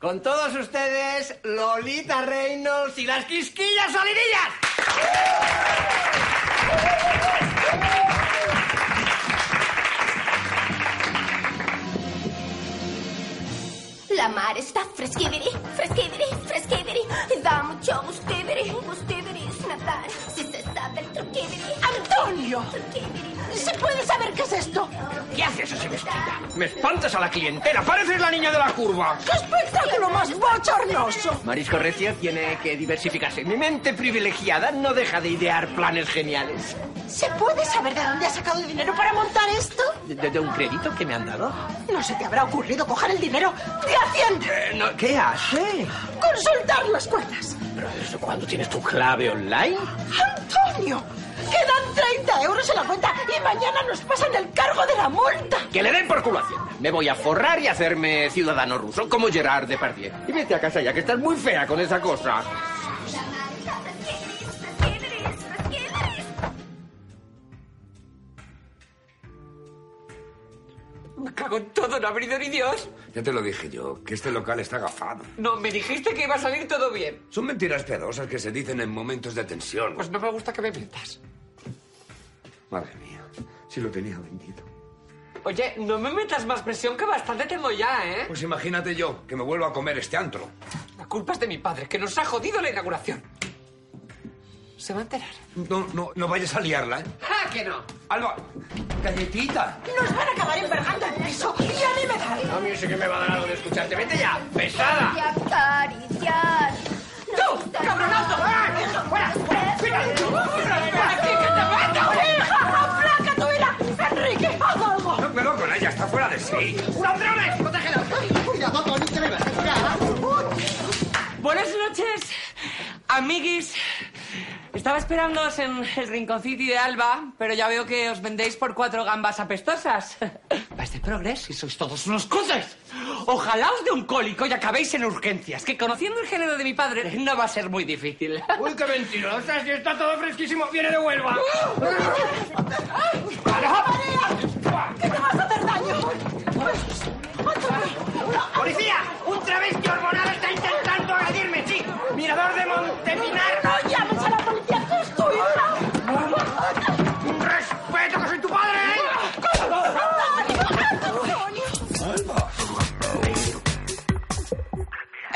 Con todos ustedes, Lolita Reynolds y las quisquillas solinillas.
La mar está fresquibiri, fresquibiri, fresquibiri. Y da mucho gustibiri, gustibiri es nadar. Si se sabe el truquibiri.
¡Antonio! ¿Se puede saber qué es esto?
¿Qué haces así vestida? Me espantas a la clientela. Pareces la niña de la curva.
¡Qué espectáculo más bochornoso!
Marisco Recio tiene que diversificarse. Mi mente privilegiada no deja de idear planes geniales.
¿Se puede saber de dónde has sacado el dinero para montar esto?
¿De, de- de un crédito que me han dado?
¿No se te habrá ocurrido coger el dinero de Hacienda?
Eh, no, ¿Qué hace?
¡Consultar las cuentas!
¿Pero desde cuándo tienes tu clave online?
¡Antonio! Quedan 30 euros en la cuenta y mañana nos pasan el cargo de la multa.
Que le den por culo a Hacienda. Me voy a forrar y hacerme ciudadano ruso, como Gerard Depardieu. Y vete a casa ya, que estás muy fea con esa cosa.
Me cago en todo, no ha venido ni Dios.
Ya te lo dije yo, que este local está agafado.
No, me dijiste que iba a salir todo bien.
Son mentiras piadosas que se dicen en momentos de tensión.
Pues no me gusta que me mientas.
Madre mía, si lo tenía vendido.
Oye, no me metas más presión que bastante tengo ya, ¿eh?
Pues imagínate yo, que me vuelvo a comer este antro.
La culpa es de mi padre, que nos ha jodido la inauguración. Se va a enterar.
No, no, no vayas a liarla, ¿eh?
¡Ah, que no!
Alba, galletita.
Nos van a acabar envergando el piso y a mí me da algo.
A mí sí que me va a dar algo de escucharte. Vete ya, pesada.
Y acariciar.
¡Tú, cabronazo! ¡Ah, eso! ¡Fuera, fuera! ¡Fuera! ¡Fuera aquí, que te mato! ¡Hija, flaca tu vida! ¡Enrique, haz algo!
No me con ella, está fuera de sí.
¡Ladrones, protégelos!
Cuidado, Tony, que me vas a curar.
Buenas noches, amiguis. Estaba esperándoos en el rinconcito de Alba, pero ya veo que os vendéis por cuatro gambas apestosas. Va a ser progreso y sois todos unos cruces. Ojalá os dé un cólico y acabéis en urgencias, que conociendo el género de mi padre no va a ser muy difícil.
Uy, qué mentirosa, si está todo fresquísimo, viene de Huelva.
¡Que te vas a hacer daño!
¡Policía! ¡Un travesti hormonal está intentando agredirme, sí! ¡Mirador de Montepinar!
¡No llames a la policía, que es tu hija!
¡Un respeto, que soy tu padre!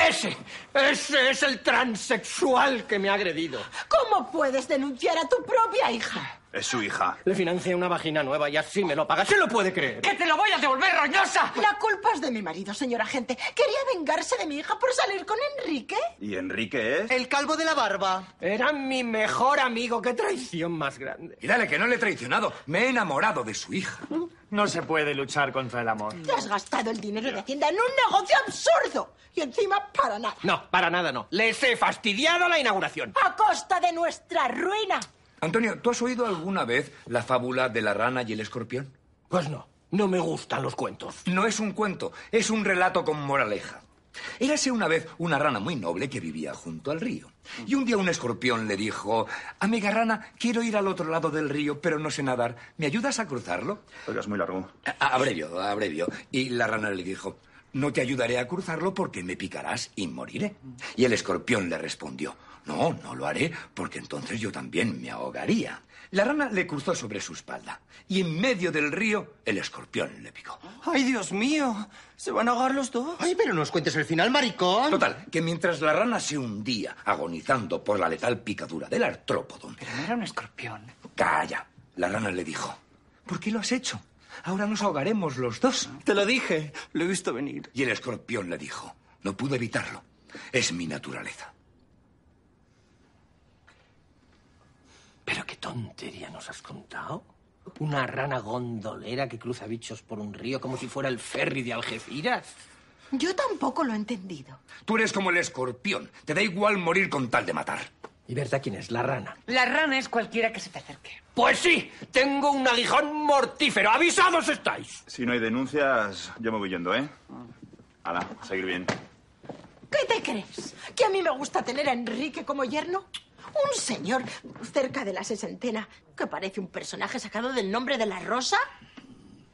Ese, ese es el transexual que me ha agredido.
¿Cómo puedes denunciar a tu propia hija?
Es su hija. Le financié una vagina nueva y así me lo paga. ¿Se lo puede creer?
¡Que te lo voy a devolver, roñosa! La culpa es de mi marido, señora agente. ¿Quería vengarse de mi hija por salir con Enrique?
¿Y Enrique es?
El calvo de la barba.
Era mi mejor amigo. ¡Qué traición más grande!
Y dale, que no le he traicionado. Me he enamorado de su hija.
No se puede luchar contra el amor.
Te has gastado el dinero de Hacienda en un negocio absurdo. Y encima para nada.
No, para nada no. Les he fastidiado la inauguración.
A costa de nuestra ruina.
Antonio, ¿tú has oído alguna vez la fábula de la rana y el escorpión?
Pues no. No me gustan los cuentos.
No es un cuento, es un relato con moraleja. Érase una vez una rana muy noble que vivía junto al río. Y un día un escorpión le dijo, Amiga rana, quiero ir al otro lado del río, pero no sé nadar. ¿Me ayudas a cruzarlo?
Oiga, es muy largo.
A- Abrevio, abrevio. Y la rana le dijo, no te ayudaré a cruzarlo porque me picarás y moriré. Y el escorpión le respondió, no, no lo haré porque entonces yo también me ahogaría. La rana le cruzó sobre su espalda y en medio del río el escorpión le picó.
¡Ay, Dios mío! ¿Se van a ahogar los dos? Ay, pero nos cuentes el final, maricón.
Total, que mientras la rana se hundía agonizando por la letal picadura del artrópodo,
No era un escorpión.
calla, la rana le dijo, ¿por qué lo has hecho? Ahora nos ahogaremos los dos.
Te lo dije, lo he visto venir.
Y el escorpión le dijo, no pude evitarlo, es mi naturaleza.
Pero qué tontería nos has contado. Una rana gondolera que cruza bichos por un río como si fuera el ferry de Algeciras.
Yo tampoco lo he entendido.
Tú eres como el escorpión. Te da igual morir con tal de matar.
¿Y verdad quién es? La rana.
La rana es cualquiera que se te acerque.
Pues sí, tengo un aguijón mortífero. ¡Avisados estáis!
Si no hay denuncias, yo me voy yendo, ¿eh? Hala, a seguir bien.
¿Qué te crees? ¿Que a mí me gusta tener a Enrique como yerno? Un señor cerca de la sesentena que parece un personaje sacado del nombre de la rosa.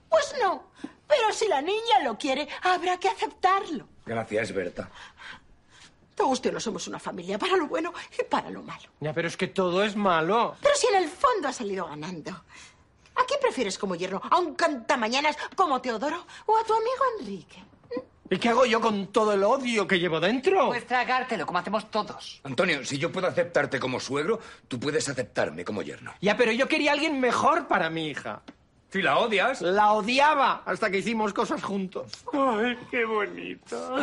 Pues no. Pero si la niña lo quiere, habrá que aceptarlo.
Gracias, Berta.
Tú y no somos una familia para lo bueno y para lo malo.
Ya, pero es que todo es malo.
Pero si en el fondo ha salido ganando. ¿A quién prefieres como yerno? ¿A un cantamañanas como Teodoro o a tu amigo Enrique? ¿Mm?
¿Y qué hago yo con todo el odio que llevo dentro?
Pues tragártelo, como hacemos todos.
Antonio, si yo puedo aceptarte como suegro, tú puedes aceptarme como yerno.
Ya, pero yo quería a alguien mejor para mi hija.
Si la odias.
La odiaba hasta que hicimos cosas juntos. ¡Ay, qué bonito!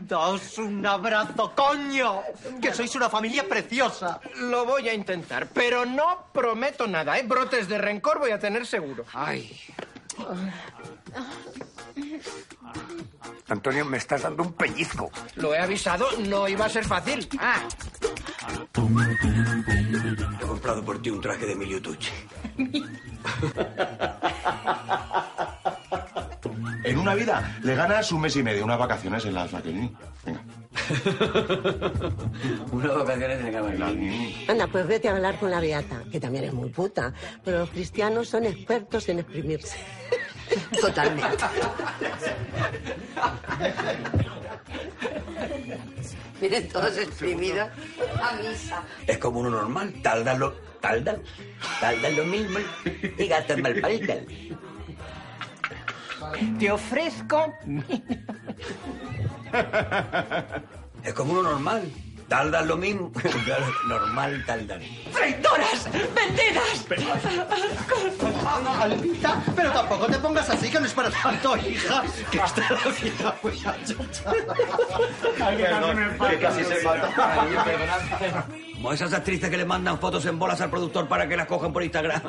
Dos, un abrazo, coño. Que sois una familia preciosa. Lo voy a intentar, pero no prometo nada, ¿eh? Brotes de rencor voy a tener seguro. Ay.
Antonio, me estás dando un pellizco.
Lo he avisado, no iba a ser fácil. Ah.
He comprado por ti un traje de Emilio Tucci.
En una vida le ganas un mes y medio, unas vacaciones en las Maquinini.
Unas vacaciones en la
Anda, pues vete a hablar con la Beata, que también es muy puta, pero los cristianos son expertos en exprimirse. Totalmente.
Miren, todos exprimidos. A misa.
Es como uno normal, tarda lo, tarda, tarda lo mismo y gasta mal palita.
Te ofrezco.
Es como uno normal, tarda lo mismo, normal tarda.
¡Traidoras! ¡Vendidas!
Albita, pero tampoco te pongas así, que no es para tanto, hija. Que está la vida muy
Perdón, que casi se mata. Ay,
perdonad.
Como esas actrices que le mandan fotos en bolas al productor para que las cojan por Instagram.